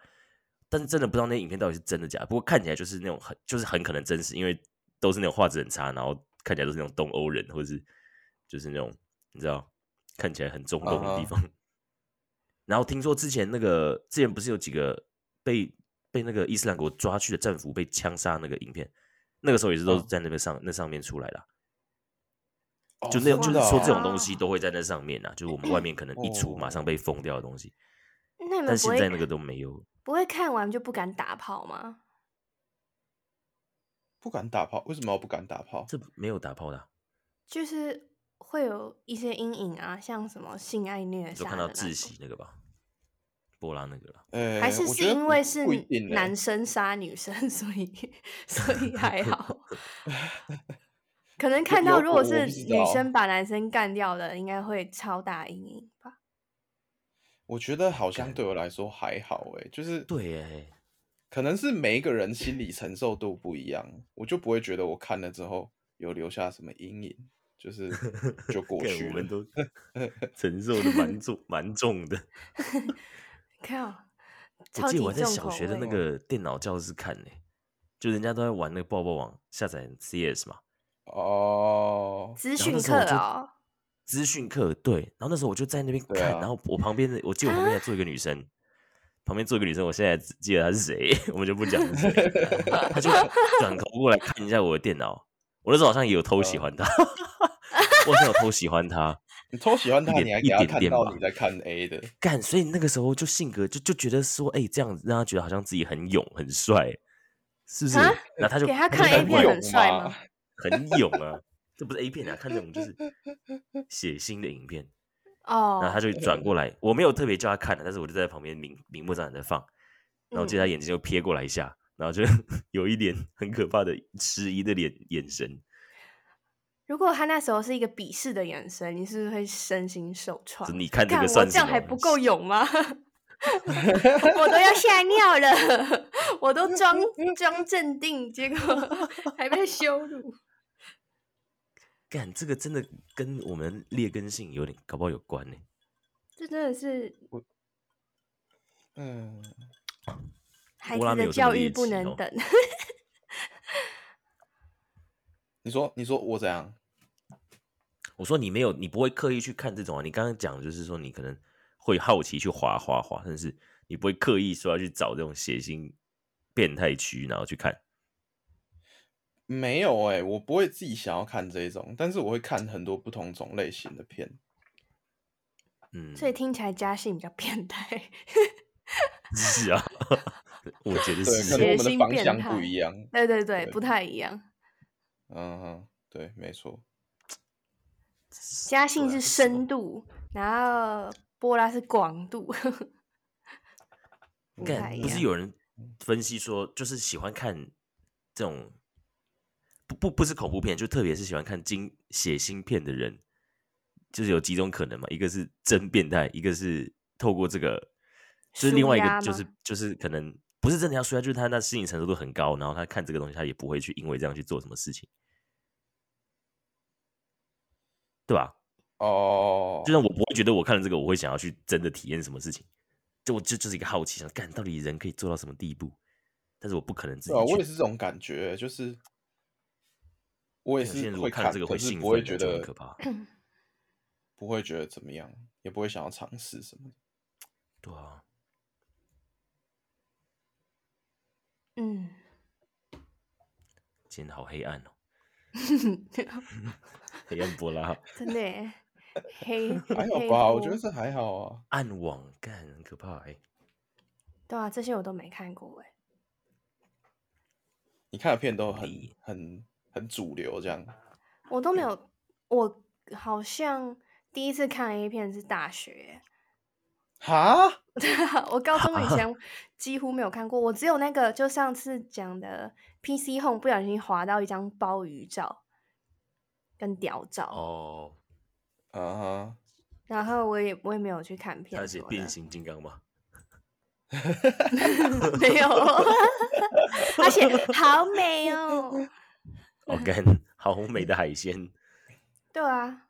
Speaker 1: 但是真的不知道那影片到底是真的假的。不过看起来就是那种很就是很可能真实，因为都是那种画质很差，然后看起来都是那种东欧人或者是就是那种你知道看起来很中东的
Speaker 3: 啊
Speaker 1: 地
Speaker 3: 哈
Speaker 1: 方。然后听说之前那个之前不是有几个被被那个伊斯兰国抓去的战俘被枪杀那个影片，那个时候也是都是
Speaker 3: 嗯
Speaker 1: 在那边上、那上面出来的啊、
Speaker 3: 哦
Speaker 1: 就那
Speaker 2: 是
Speaker 1: 种，就是
Speaker 3: 真的
Speaker 1: 说
Speaker 3: 哦
Speaker 1: 这种东西都会在那上面啊，就是我们外面可能一出
Speaker 3: 哦
Speaker 1: 马上被封掉的东西，
Speaker 2: 那你们
Speaker 1: 但
Speaker 2: 不
Speaker 1: 现
Speaker 2: 会
Speaker 1: 在那个都没有。
Speaker 2: 不会看完就不敢打炮吗？
Speaker 3: 不敢打炮，为什么我不敢打炮？
Speaker 1: 这没有打炮的啊、
Speaker 2: 就是会有一些阴影啊，像什么性爱虐
Speaker 1: 你就
Speaker 2: 杀
Speaker 1: 看
Speaker 2: 的
Speaker 1: 到
Speaker 2: 那
Speaker 1: 窒
Speaker 2: 种
Speaker 1: 息那个吧，波拉那个啦，
Speaker 3: 呃，
Speaker 2: 还是
Speaker 3: 我
Speaker 2: 是
Speaker 3: 觉得
Speaker 2: 因
Speaker 3: 不
Speaker 2: 为是
Speaker 3: 不一定欸
Speaker 2: 男生杀女生， [LAUGHS] 所以所
Speaker 1: [LAUGHS]
Speaker 2: 以还好。可能看
Speaker 3: 有
Speaker 2: 到
Speaker 3: 有
Speaker 2: 如果
Speaker 3: 我我
Speaker 2: 是
Speaker 3: 不知
Speaker 2: 女
Speaker 3: 道
Speaker 1: 啊
Speaker 2: 生把男生干掉的，应该会超大阴影吧？
Speaker 3: 我觉得好像
Speaker 1: 干
Speaker 3: 对我来说还好诶，就是
Speaker 1: 对耶，
Speaker 3: 可能是每一个人心理承受度不一样，我就不会觉得我看了之后有留下什么阴影，就是 [LAUGHS]
Speaker 2: [LAUGHS]
Speaker 3: 就过
Speaker 1: 干我
Speaker 3: 去了
Speaker 1: 们。
Speaker 3: [LAUGHS]
Speaker 1: 都承受的蛮重蛮重
Speaker 2: [LAUGHS]
Speaker 1: 的。
Speaker 2: 靠，
Speaker 1: 我
Speaker 2: 超
Speaker 1: 记
Speaker 2: 级
Speaker 1: 得我还在
Speaker 2: 重
Speaker 1: 小
Speaker 2: 口
Speaker 1: 学的那
Speaker 2: 味。
Speaker 1: 个电脑教室看呢、就人家都在玩那个抱抱网，下载 CS 嘛，
Speaker 3: 哦，
Speaker 2: 资
Speaker 1: 然后
Speaker 2: 讯
Speaker 1: 那时
Speaker 2: 课
Speaker 1: 候我就
Speaker 2: 哦，
Speaker 1: 资讯课，对。然后那时候我就在那边
Speaker 3: 对
Speaker 1: 看，
Speaker 3: 啊
Speaker 1: 然后我旁边的，我记得我旁边还坐一个女生，旁边坐一个女生，我现在只记得她是谁， [LAUGHS] 我们就不讲是谁。
Speaker 3: [LAUGHS]
Speaker 1: 她就转头过来看一下我的电脑，我那时候好像也有偷喜
Speaker 3: 嗯
Speaker 1: 欢她， [LAUGHS] 我好像有偷喜欢她，
Speaker 3: 你偷喜欢
Speaker 1: 一
Speaker 3: 他，
Speaker 1: 点
Speaker 3: 你还
Speaker 1: 一
Speaker 3: 给他
Speaker 1: 点
Speaker 3: 看
Speaker 1: 点
Speaker 3: 到
Speaker 1: 吧
Speaker 3: 你在看 A 的，
Speaker 1: 干，所以那个时候就性格就就觉得说，哎、这样子让她觉得好像自己很勇很帅，是不是？
Speaker 2: 啊
Speaker 1: 然后她就
Speaker 2: 给他
Speaker 1: 就
Speaker 2: 看
Speaker 1: 在
Speaker 2: A
Speaker 1: 问
Speaker 2: 片
Speaker 1: 我
Speaker 2: 很帅吗？
Speaker 1: 很勇啊，这不是 A 片啊，看那种
Speaker 2: [LAUGHS]
Speaker 1: 就是血腥的影片。然后他
Speaker 2: 哦，
Speaker 1: 就转过来，我没有特别叫他看的，但是我就在旁边明明目张胆的放，然后接着
Speaker 2: 嗯
Speaker 1: 他眼睛就瞥过来一下，然后就 [LAUGHS] 有一脸很可怕的迟疑的脸眼神，
Speaker 2: 如果他那时候是一个鄙视的眼神，你是不是会身心受创
Speaker 1: 就？你看这
Speaker 2: 干
Speaker 1: 个
Speaker 2: 我
Speaker 1: 算哦
Speaker 2: 这
Speaker 1: 什
Speaker 2: 样
Speaker 1: 么？
Speaker 2: 还不够勇吗？ [LAUGHS] 我都
Speaker 1: [LAUGHS]
Speaker 2: 要吓尿了， [LAUGHS] 我都装装镇定，结果 [LAUGHS] 还被羞辱。
Speaker 1: 干这个真的跟我们劣根性有点搞不好有关呢、
Speaker 2: 这真的是
Speaker 3: 嗯，
Speaker 2: 孩
Speaker 1: 乌拉
Speaker 2: 子
Speaker 1: 没
Speaker 2: 的
Speaker 1: 有这么
Speaker 2: 教育
Speaker 1: 猎
Speaker 2: 不
Speaker 1: 奇
Speaker 2: 能
Speaker 1: 哦
Speaker 2: 等。 [LAUGHS]
Speaker 3: 你说你说我怎样？
Speaker 1: 我说你没有，你不会刻意去看这种啊。你刚刚讲的就是说你可能会好奇去划划划，但是你不会刻意说要去找这种血腥变态区，然后去看。
Speaker 3: 没有哎、我不会自己想要看这一种，但是我会看很多不同种类型的片。
Speaker 1: 嗯，
Speaker 2: 所以听起来嘉信比较变态。
Speaker 1: 是
Speaker 2: [LAUGHS]
Speaker 1: 啊， [LAUGHS] 我觉得
Speaker 3: 对，
Speaker 1: 是啊
Speaker 3: 可能
Speaker 2: 血
Speaker 3: 我们的
Speaker 2: 腥
Speaker 3: 方
Speaker 2: 变
Speaker 3: 向
Speaker 2: 态
Speaker 3: 不一样。
Speaker 2: 对对对，
Speaker 3: 对
Speaker 2: 不太一样。
Speaker 3: 嗯哼，对，没错。
Speaker 2: 嘉信
Speaker 1: 对啊
Speaker 2: 是
Speaker 1: 这什么
Speaker 2: 深度，然后波拉是广度， [LAUGHS]
Speaker 3: 嗯
Speaker 2: 不太
Speaker 1: 干，
Speaker 2: 一
Speaker 1: 不是
Speaker 2: 样。
Speaker 1: 有人分析说，就是喜欢看这种不不不是恐怖片，就特别是喜欢看惊血腥片的人，就是有几种可能嘛，一个是真变态，一个是透过这个，就是另
Speaker 2: 舒
Speaker 1: 外一个
Speaker 2: 压
Speaker 1: 就是
Speaker 2: 吗
Speaker 1: 就是可能不是真的要说，就是他那心理承受度很高，然后他看这个东西，他也不会去因为这样去做什么事情，对吧？
Speaker 3: 哦，
Speaker 1: 就像我不会觉得我看了这个，我会想要去真的体验什么事情，就我就就是一个好奇，想干到底人可以做到什么地步，但是我不可能自己
Speaker 3: 对啊，我也
Speaker 1: 去。
Speaker 3: 是这种感觉，就是我也
Speaker 1: 有些
Speaker 3: 是
Speaker 1: 人如果
Speaker 3: 会
Speaker 1: 看了
Speaker 3: 看，
Speaker 1: 这个
Speaker 3: 可
Speaker 1: 会
Speaker 3: 是
Speaker 1: 兴
Speaker 3: 不会
Speaker 1: 奋
Speaker 3: 觉
Speaker 1: 的，就很
Speaker 3: 得
Speaker 1: 可怕。
Speaker 3: 不会觉得怎么样，也不会想要尝试什
Speaker 2: [LAUGHS]
Speaker 3: 么的。
Speaker 1: 对啊，
Speaker 2: 嗯，
Speaker 1: 今天好黑暗哦。黑暗波拉
Speaker 2: [LAUGHS]
Speaker 1: [LAUGHS]
Speaker 2: 真的耶黑
Speaker 3: 还好
Speaker 2: 黑
Speaker 3: 吧？我觉
Speaker 2: 锅
Speaker 3: 得这还好啊。
Speaker 1: 暗网干很可怕哎、
Speaker 2: 对啊，这些我都没看过哎。
Speaker 3: 你看的片都很
Speaker 1: 理
Speaker 3: 很很主流这样。
Speaker 2: 我都没有，我好像第一次看 A 片是大学，
Speaker 3: 哈，
Speaker 2: [LAUGHS] 我高中以
Speaker 3: [LAUGHS]
Speaker 2: 前几乎没有看过，我只有那个就上次讲的 PC Home 不小心滑到一张鲍鱼照跟屌照，
Speaker 1: 哦，
Speaker 3: 啊哈，
Speaker 2: 然后我也我也没有去看
Speaker 1: 他
Speaker 2: 片什
Speaker 1: 写
Speaker 2: 么的，
Speaker 1: 变形金刚
Speaker 2: [LAUGHS]
Speaker 1: 吗？
Speaker 2: 没有， [LAUGHS] 而且好美
Speaker 3: [LAUGHS]
Speaker 2: 哦，
Speaker 1: 哦干，好美的海鲜，
Speaker 2: 对啊，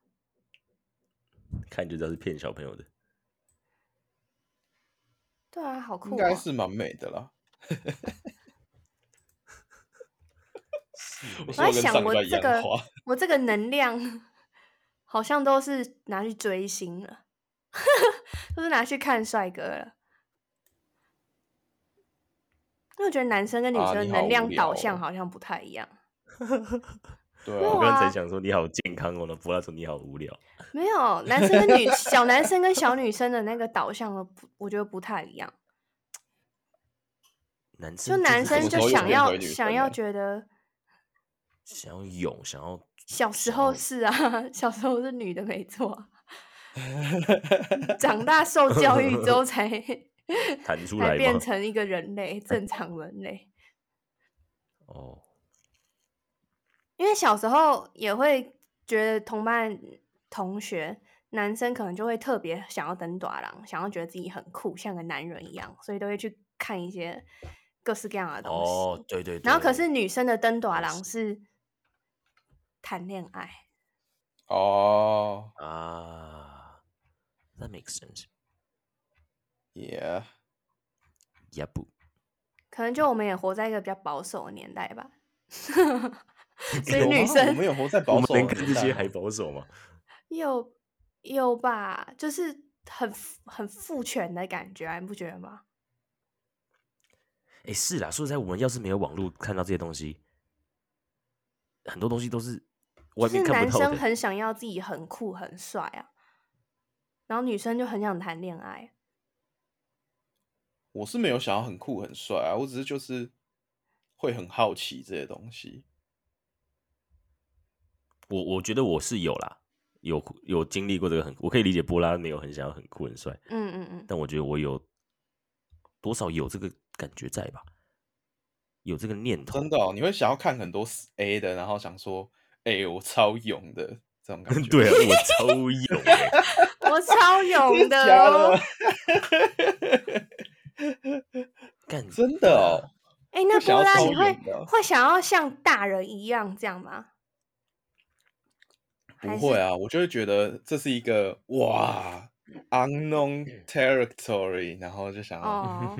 Speaker 1: 看就知道是骗小朋友的。
Speaker 2: 对啊，好酷、哦，
Speaker 3: 应该是蛮美的啦。 [LAUGHS] 我说
Speaker 2: 我在
Speaker 3: 跟
Speaker 2: 想
Speaker 3: 上礼
Speaker 2: 我
Speaker 3: 拜一
Speaker 2: 这
Speaker 3: 样
Speaker 2: 个
Speaker 3: 的话，
Speaker 2: 我这个能量好像都是拿去追星了， [LAUGHS] 都是拿去看帅哥了。因为我觉得男生跟女
Speaker 3: 啊
Speaker 2: 生的
Speaker 3: 你好
Speaker 2: 能
Speaker 3: 无
Speaker 2: 量导
Speaker 3: 聊
Speaker 2: 向
Speaker 3: 哦
Speaker 2: 好像不太一
Speaker 3: [LAUGHS]
Speaker 2: 样，
Speaker 3: 对
Speaker 2: 没
Speaker 1: 我
Speaker 2: 有
Speaker 3: 啊，
Speaker 1: 刚
Speaker 2: 啊
Speaker 1: 才想说你好健康哦，那波拉说你好无聊。
Speaker 2: 没有男生跟女小男生跟小女生的那个导向都不，我觉得不太一样。
Speaker 3: [LAUGHS]
Speaker 1: 男生
Speaker 2: 就男
Speaker 1: 是
Speaker 2: 生
Speaker 1: 很
Speaker 2: 就
Speaker 3: 什么时候
Speaker 2: 想
Speaker 3: 又变
Speaker 2: 要
Speaker 3: 回女生
Speaker 2: 想要
Speaker 3: 了
Speaker 2: 觉得
Speaker 1: 想要勇，想要
Speaker 2: 小时
Speaker 1: 想
Speaker 3: 哦
Speaker 2: 候
Speaker 1: 要
Speaker 2: 是啊， [LAUGHS] 小时候是女的没错
Speaker 3: [LAUGHS]
Speaker 2: 啊，长大受教育之后才
Speaker 1: 弹出
Speaker 2: 才
Speaker 1: 来
Speaker 2: 变
Speaker 1: 吗？哎
Speaker 2: 成一个人类，正常人类。
Speaker 1: 哦，
Speaker 2: 因为小时候也会觉得同班同学男生可能就会特别想要登短郎，想要觉得自己很酷，像个男人一样，所以都会去看一些各式各样的东西。
Speaker 1: 哦，对对对。
Speaker 2: 然后可是女生的登短
Speaker 1: 也
Speaker 2: 郎是谈恋爱，
Speaker 3: 哦
Speaker 1: 啊，that makes sense。 [LAUGHS]
Speaker 3: ，yeah，
Speaker 1: 也不，
Speaker 2: 可能就我们也活在一个比较保守的年代吧。 [LAUGHS] 所以
Speaker 3: 有
Speaker 2: 女
Speaker 3: 吗我
Speaker 2: 生
Speaker 3: 们有活在
Speaker 1: 我
Speaker 3: 保
Speaker 1: 们
Speaker 3: 守的
Speaker 1: 能跟
Speaker 3: 年
Speaker 1: 这些
Speaker 3: 代
Speaker 1: 还
Speaker 3: 吗
Speaker 1: 保守吗？
Speaker 2: 有有吧，就是很父很父权的感觉啊，你不觉得吗？
Speaker 1: 哎，是啦，说实在，我们要是没有网络看到这些东西，很多东西都是外
Speaker 2: 就是
Speaker 1: 面看
Speaker 2: 男
Speaker 1: 不透
Speaker 2: 生
Speaker 1: 的。
Speaker 2: 很想要自己很酷很帅啊，然后女生就很想谈恋爱。
Speaker 3: 我是没有想要很酷很帅啊，我只是就是会很好奇这些东西。
Speaker 1: 我我觉得我是有啦，有有经历过这个很，我可以理解波拉没有很想要很酷很帅，
Speaker 2: 嗯嗯嗯，
Speaker 1: 但我觉得我有多少有这个感觉在吧，有这个念头
Speaker 3: 真。的、哦，你会想要看很多 A 的，然后想说，哎、我超勇的这种感
Speaker 1: [LAUGHS]
Speaker 2: [LAUGHS]
Speaker 3: 觉。
Speaker 1: 对啊，我超
Speaker 3: [LAUGHS]
Speaker 1: 有、欸，
Speaker 2: 嗯我超勇
Speaker 3: 真
Speaker 2: 的
Speaker 3: 假
Speaker 2: 哦 [LAUGHS]
Speaker 3: 的。
Speaker 1: 干
Speaker 3: 真的哦，
Speaker 2: 哎、那
Speaker 3: 会想
Speaker 2: 波
Speaker 3: 要
Speaker 2: 拉，
Speaker 3: 超
Speaker 2: 你会
Speaker 3: 勇的哦
Speaker 2: 会想要像大人一样这样吗？还
Speaker 3: 不
Speaker 2: 是
Speaker 3: 会啊，我就会觉得这是一个哇 unknown territory，然后就想要
Speaker 2: 哦，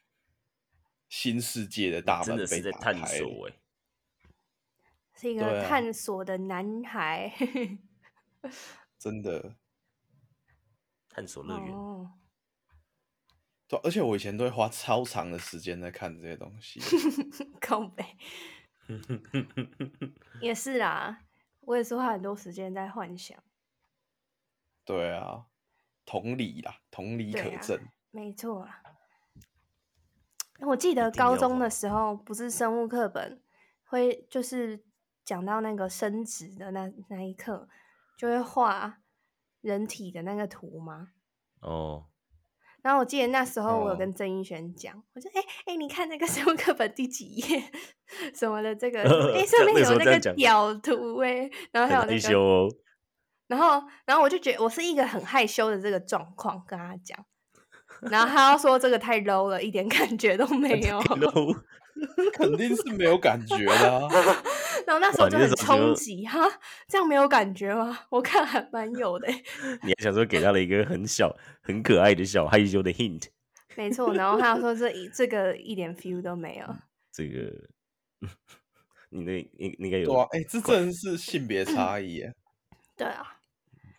Speaker 3: [LAUGHS] 新世界的大
Speaker 1: 啊真
Speaker 3: 门
Speaker 1: 的
Speaker 3: 被
Speaker 1: 是在
Speaker 3: 打开
Speaker 1: 探
Speaker 3: 了。
Speaker 1: 索哎、
Speaker 2: 是一
Speaker 3: 对
Speaker 2: 个
Speaker 3: 啊
Speaker 2: 探索的男孩。
Speaker 3: 真的，
Speaker 1: 探索乐园。
Speaker 2: 哦，
Speaker 3: 对啊，而且我以前都会花超长的时间在看这些东西。
Speaker 2: [LAUGHS] 靠
Speaker 1: [LAUGHS]
Speaker 2: 北也是啦，我也是花很多时间在幻想。
Speaker 3: 对啊，同理啦，同理
Speaker 2: 对
Speaker 3: 可
Speaker 2: 啊 [LAUGHS]
Speaker 3: 证。
Speaker 2: 没错啊，我记得
Speaker 1: 一定要
Speaker 2: 高中的
Speaker 1: 哦
Speaker 2: 时候，不是生物课本会就是讲到那个生殖的那那一刻，就会画人体的那个图吗？
Speaker 1: 哦，
Speaker 2: 然后我记得那时候我有
Speaker 3: 哦
Speaker 2: 跟郑一璇讲，我说：“哎、哎、你看那个生物课本第几页什么的，
Speaker 1: [LAUGHS]
Speaker 2: 这个哎、上
Speaker 1: 那
Speaker 2: 面
Speaker 1: 时候
Speaker 2: 有那
Speaker 1: 这样
Speaker 2: 个
Speaker 1: 讲
Speaker 2: 屌图哎、然后还有
Speaker 1: 很害
Speaker 2: 那个
Speaker 1: 羞哦。 [LAUGHS]
Speaker 2: 然后，然后我就觉得我是一个很害羞的这个状况，跟他讲，然后他要说这个太 low 了，一点感
Speaker 1: [LAUGHS]
Speaker 2: 觉都没有。
Speaker 1: Hello，
Speaker 2: [LAUGHS]
Speaker 3: 肯定是没有感觉
Speaker 1: [LAUGHS]
Speaker 3: 的、啊。
Speaker 2: 然后那时候
Speaker 1: 哇
Speaker 2: 就
Speaker 1: 你
Speaker 2: 很
Speaker 1: 那时候觉
Speaker 2: 冲
Speaker 1: 得
Speaker 2: 击，哈，这样没有感觉吗？ [LAUGHS] 我看还蛮有的 [LAUGHS] 欸，
Speaker 1: 你还想说给他了一个很小、很可爱的小害羞的 hint，
Speaker 2: 没错。然后他要说这一这个一点 feel 都没
Speaker 1: 嗯
Speaker 2: 有，
Speaker 1: 这个 [LAUGHS] 你那应应该有
Speaker 3: 对啊，哎、这真的是性别差异耶。
Speaker 2: 对啊。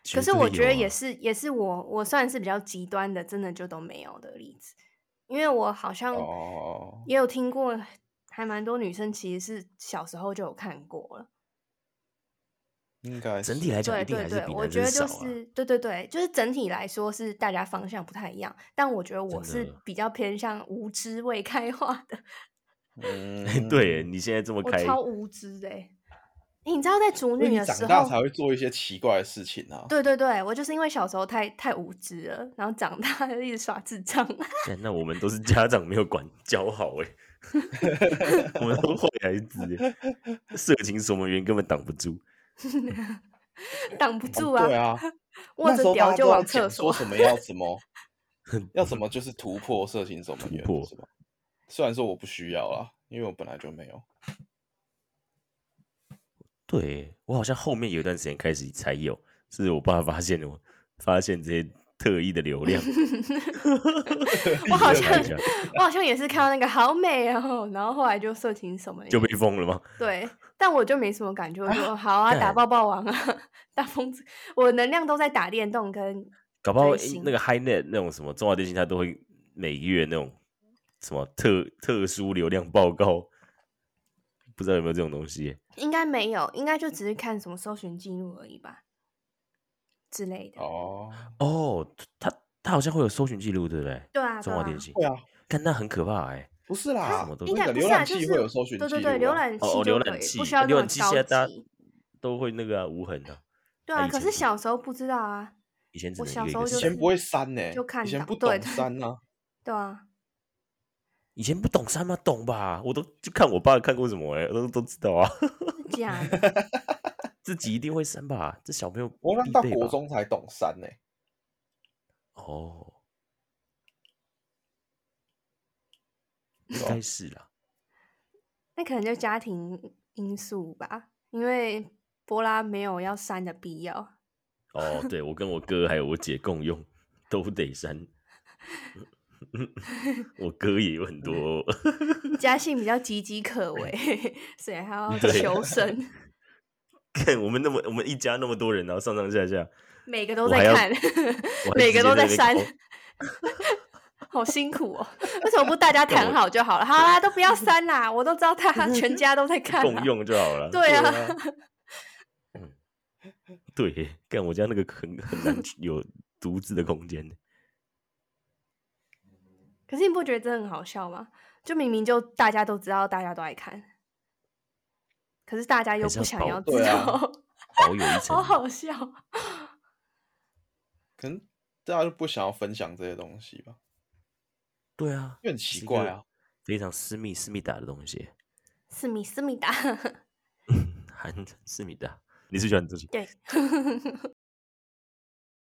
Speaker 1: 绝
Speaker 2: 可
Speaker 1: 对有啊。
Speaker 2: 是我觉得也是，也是我我算是比较极端的，真的就都没有的例子，因为我好像
Speaker 3: 哦，
Speaker 2: 也有听过，还蛮多女生其实是小时候就有看过了，
Speaker 3: 应该
Speaker 1: 整
Speaker 3: 是
Speaker 1: 体来讲
Speaker 2: 对
Speaker 1: 一定
Speaker 2: 对
Speaker 1: 还是
Speaker 2: 对，
Speaker 1: 比
Speaker 2: 我
Speaker 1: 男生
Speaker 2: 觉得就
Speaker 1: 少啊。
Speaker 2: 是对对对，就是整体来说是大家方向不太一样，但我觉得我
Speaker 1: 真
Speaker 2: 是
Speaker 1: 的
Speaker 2: 比较偏向无知未开化的，
Speaker 3: 嗯
Speaker 1: [LAUGHS] 对你现在这么
Speaker 2: 我
Speaker 1: 开，
Speaker 2: 超无知的、欸。你知道在处
Speaker 3: 因为
Speaker 2: 女
Speaker 3: 你
Speaker 2: 的
Speaker 3: 长
Speaker 2: 时
Speaker 3: 大
Speaker 2: 候
Speaker 3: 才，会做一些奇怪的事情啊。
Speaker 2: 对对对，我就是因为小时候太太无知了，然后长大就一直耍智障。 [LAUGHS]
Speaker 1: 干那我们都是家长没有管教好哎、 [LAUGHS] 我们都坏孩子、欸，色情守门员根本挡不住。
Speaker 2: 挡不住
Speaker 3: 对啊，
Speaker 2: 握
Speaker 3: 那时
Speaker 2: 着
Speaker 3: 候大
Speaker 2: 屌
Speaker 3: 家
Speaker 2: 就
Speaker 3: 都要
Speaker 2: 往厕
Speaker 3: 讲
Speaker 2: 所
Speaker 3: 说。什么要
Speaker 1: [LAUGHS]
Speaker 3: 怎么要怎么就是突破色情守门
Speaker 1: 突
Speaker 3: 员
Speaker 1: 破
Speaker 3: 是吧？虽然说我不需要啦，因为我本来就没有。
Speaker 1: 对我好像后面有一段时间开始才有，是我爸发现我发现这些特异的流量，
Speaker 2: 我 [LAUGHS] 好
Speaker 1: 你
Speaker 2: 像
Speaker 1: 有
Speaker 3: 啊 [LAUGHS]
Speaker 1: 看一下
Speaker 2: 我好像也是看到那个好美哦，然后后来就色情什么
Speaker 1: 就被封了吗？
Speaker 2: 对，但我就没什么感觉，我就好啊，打
Speaker 1: 干
Speaker 2: 抱抱王啊， [LAUGHS] 大疯子，我能量都在打电动跟
Speaker 1: 搞不好
Speaker 2: 追
Speaker 1: 诶
Speaker 2: 星
Speaker 1: 那个 HiNet 那种什么中华电信，它都会每个月那种什么特特殊流量报告，不知道有没有这种东西耶、
Speaker 2: 应该没有，应该就只是看什么搜寻记录而已吧之类的。
Speaker 3: 哦，
Speaker 1: 哦，它它好像会有搜寻记录，对不对？
Speaker 2: 对啊，
Speaker 1: 中
Speaker 2: 对
Speaker 1: 华
Speaker 2: 啊，
Speaker 1: 电信，
Speaker 3: 对啊，
Speaker 1: 看那很可怕哎、
Speaker 3: 不是啦
Speaker 1: 什么，都
Speaker 2: 应
Speaker 3: 那
Speaker 2: 该
Speaker 3: 个
Speaker 2: 不
Speaker 3: 浏
Speaker 2: 是啊，
Speaker 3: 览
Speaker 2: 就
Speaker 3: 器
Speaker 2: 是
Speaker 3: 会有搜寻记
Speaker 2: 对
Speaker 3: 录、啊
Speaker 2: 对对，浏。览器
Speaker 1: 哦哦，
Speaker 2: 就
Speaker 1: 浏
Speaker 2: 可
Speaker 1: 览
Speaker 2: 以
Speaker 1: 器，
Speaker 2: 不需要
Speaker 1: 浏
Speaker 2: 那么
Speaker 1: 览器现在
Speaker 2: 高
Speaker 1: 大家
Speaker 2: 级。
Speaker 1: 都会那个啊、无痕的、
Speaker 2: 对
Speaker 1: 啊
Speaker 2: 啊，
Speaker 1: 以
Speaker 2: 可
Speaker 1: 前
Speaker 2: 是
Speaker 1: 是
Speaker 2: 小时候不知道啊，
Speaker 1: 以前只
Speaker 2: 我
Speaker 1: 能
Speaker 2: 小
Speaker 1: 一
Speaker 2: 时
Speaker 1: 个
Speaker 2: 候
Speaker 1: 一个
Speaker 2: 就
Speaker 1: 删
Speaker 3: 以
Speaker 2: 是
Speaker 3: 前不会删呢、
Speaker 2: 就看
Speaker 3: 以前
Speaker 2: 到
Speaker 3: 不
Speaker 2: 对
Speaker 3: 懂
Speaker 2: 对
Speaker 3: 删啊。
Speaker 2: 对啊，
Speaker 1: 以前不懂删吗？懂吧？我都就看我爸看过什么哎、都都知道啊，
Speaker 2: 是假的
Speaker 1: 自己一定会删吧？这小朋友
Speaker 3: 我那
Speaker 1: 必
Speaker 3: 到
Speaker 1: 备
Speaker 3: 国
Speaker 1: 吧
Speaker 3: 中才懂删呢、
Speaker 1: 哦，应
Speaker 3: 是吧
Speaker 1: 该是啦。
Speaker 2: 那可能就家庭因素吧，因为波拉没有要删的必要。
Speaker 1: 哦，对，我跟我哥还有我姐共用，都得
Speaker 2: [LAUGHS]
Speaker 1: 删。我哥也有很多 [LAUGHS]
Speaker 2: 家信比较岌岌可危，所以还要
Speaker 1: 对
Speaker 2: 求生，
Speaker 1: 看我们那么我们一家那么多人，然后上上下下，
Speaker 2: 每个都
Speaker 1: 我
Speaker 2: 在
Speaker 1: 还要
Speaker 2: 看，
Speaker 1: 我还
Speaker 2: 每
Speaker 1: 直接
Speaker 2: 个
Speaker 1: 在
Speaker 2: 都在
Speaker 1: 那边
Speaker 2: 删
Speaker 1: 抠，
Speaker 2: 好辛苦哦。为什么不
Speaker 1: [LAUGHS]
Speaker 2: 大家
Speaker 1: 干
Speaker 2: 谈
Speaker 1: 我
Speaker 2: 好就好了？好啦，都
Speaker 1: [LAUGHS]
Speaker 2: 不要删啦，我都知道他全家都在看啦
Speaker 1: 共。用就好了。
Speaker 2: 对啊，
Speaker 1: 对，干我家那个很很难有独自的空间。
Speaker 2: 可是你不觉得这很好笑吗？就明明就大家都知道，大家都爱看，可是大家又
Speaker 1: 还是
Speaker 2: 不
Speaker 1: 要
Speaker 2: 想
Speaker 1: 保
Speaker 2: 要知
Speaker 3: 对啊
Speaker 2: 道，
Speaker 1: 保有一层
Speaker 2: 好好笑。哦
Speaker 3: 可能大家就不想要分享这些东西吧，
Speaker 1: 对啊，
Speaker 3: 因为很
Speaker 1: 是
Speaker 3: 奇
Speaker 1: 一
Speaker 3: 怪
Speaker 1: 个
Speaker 3: 啊。
Speaker 1: 非常私密私密达的东
Speaker 3: [LAUGHS]
Speaker 1: 西，
Speaker 2: 思密思密达， [LAUGHS]
Speaker 1: 韩私密达，你是喜欢这种？
Speaker 2: 对。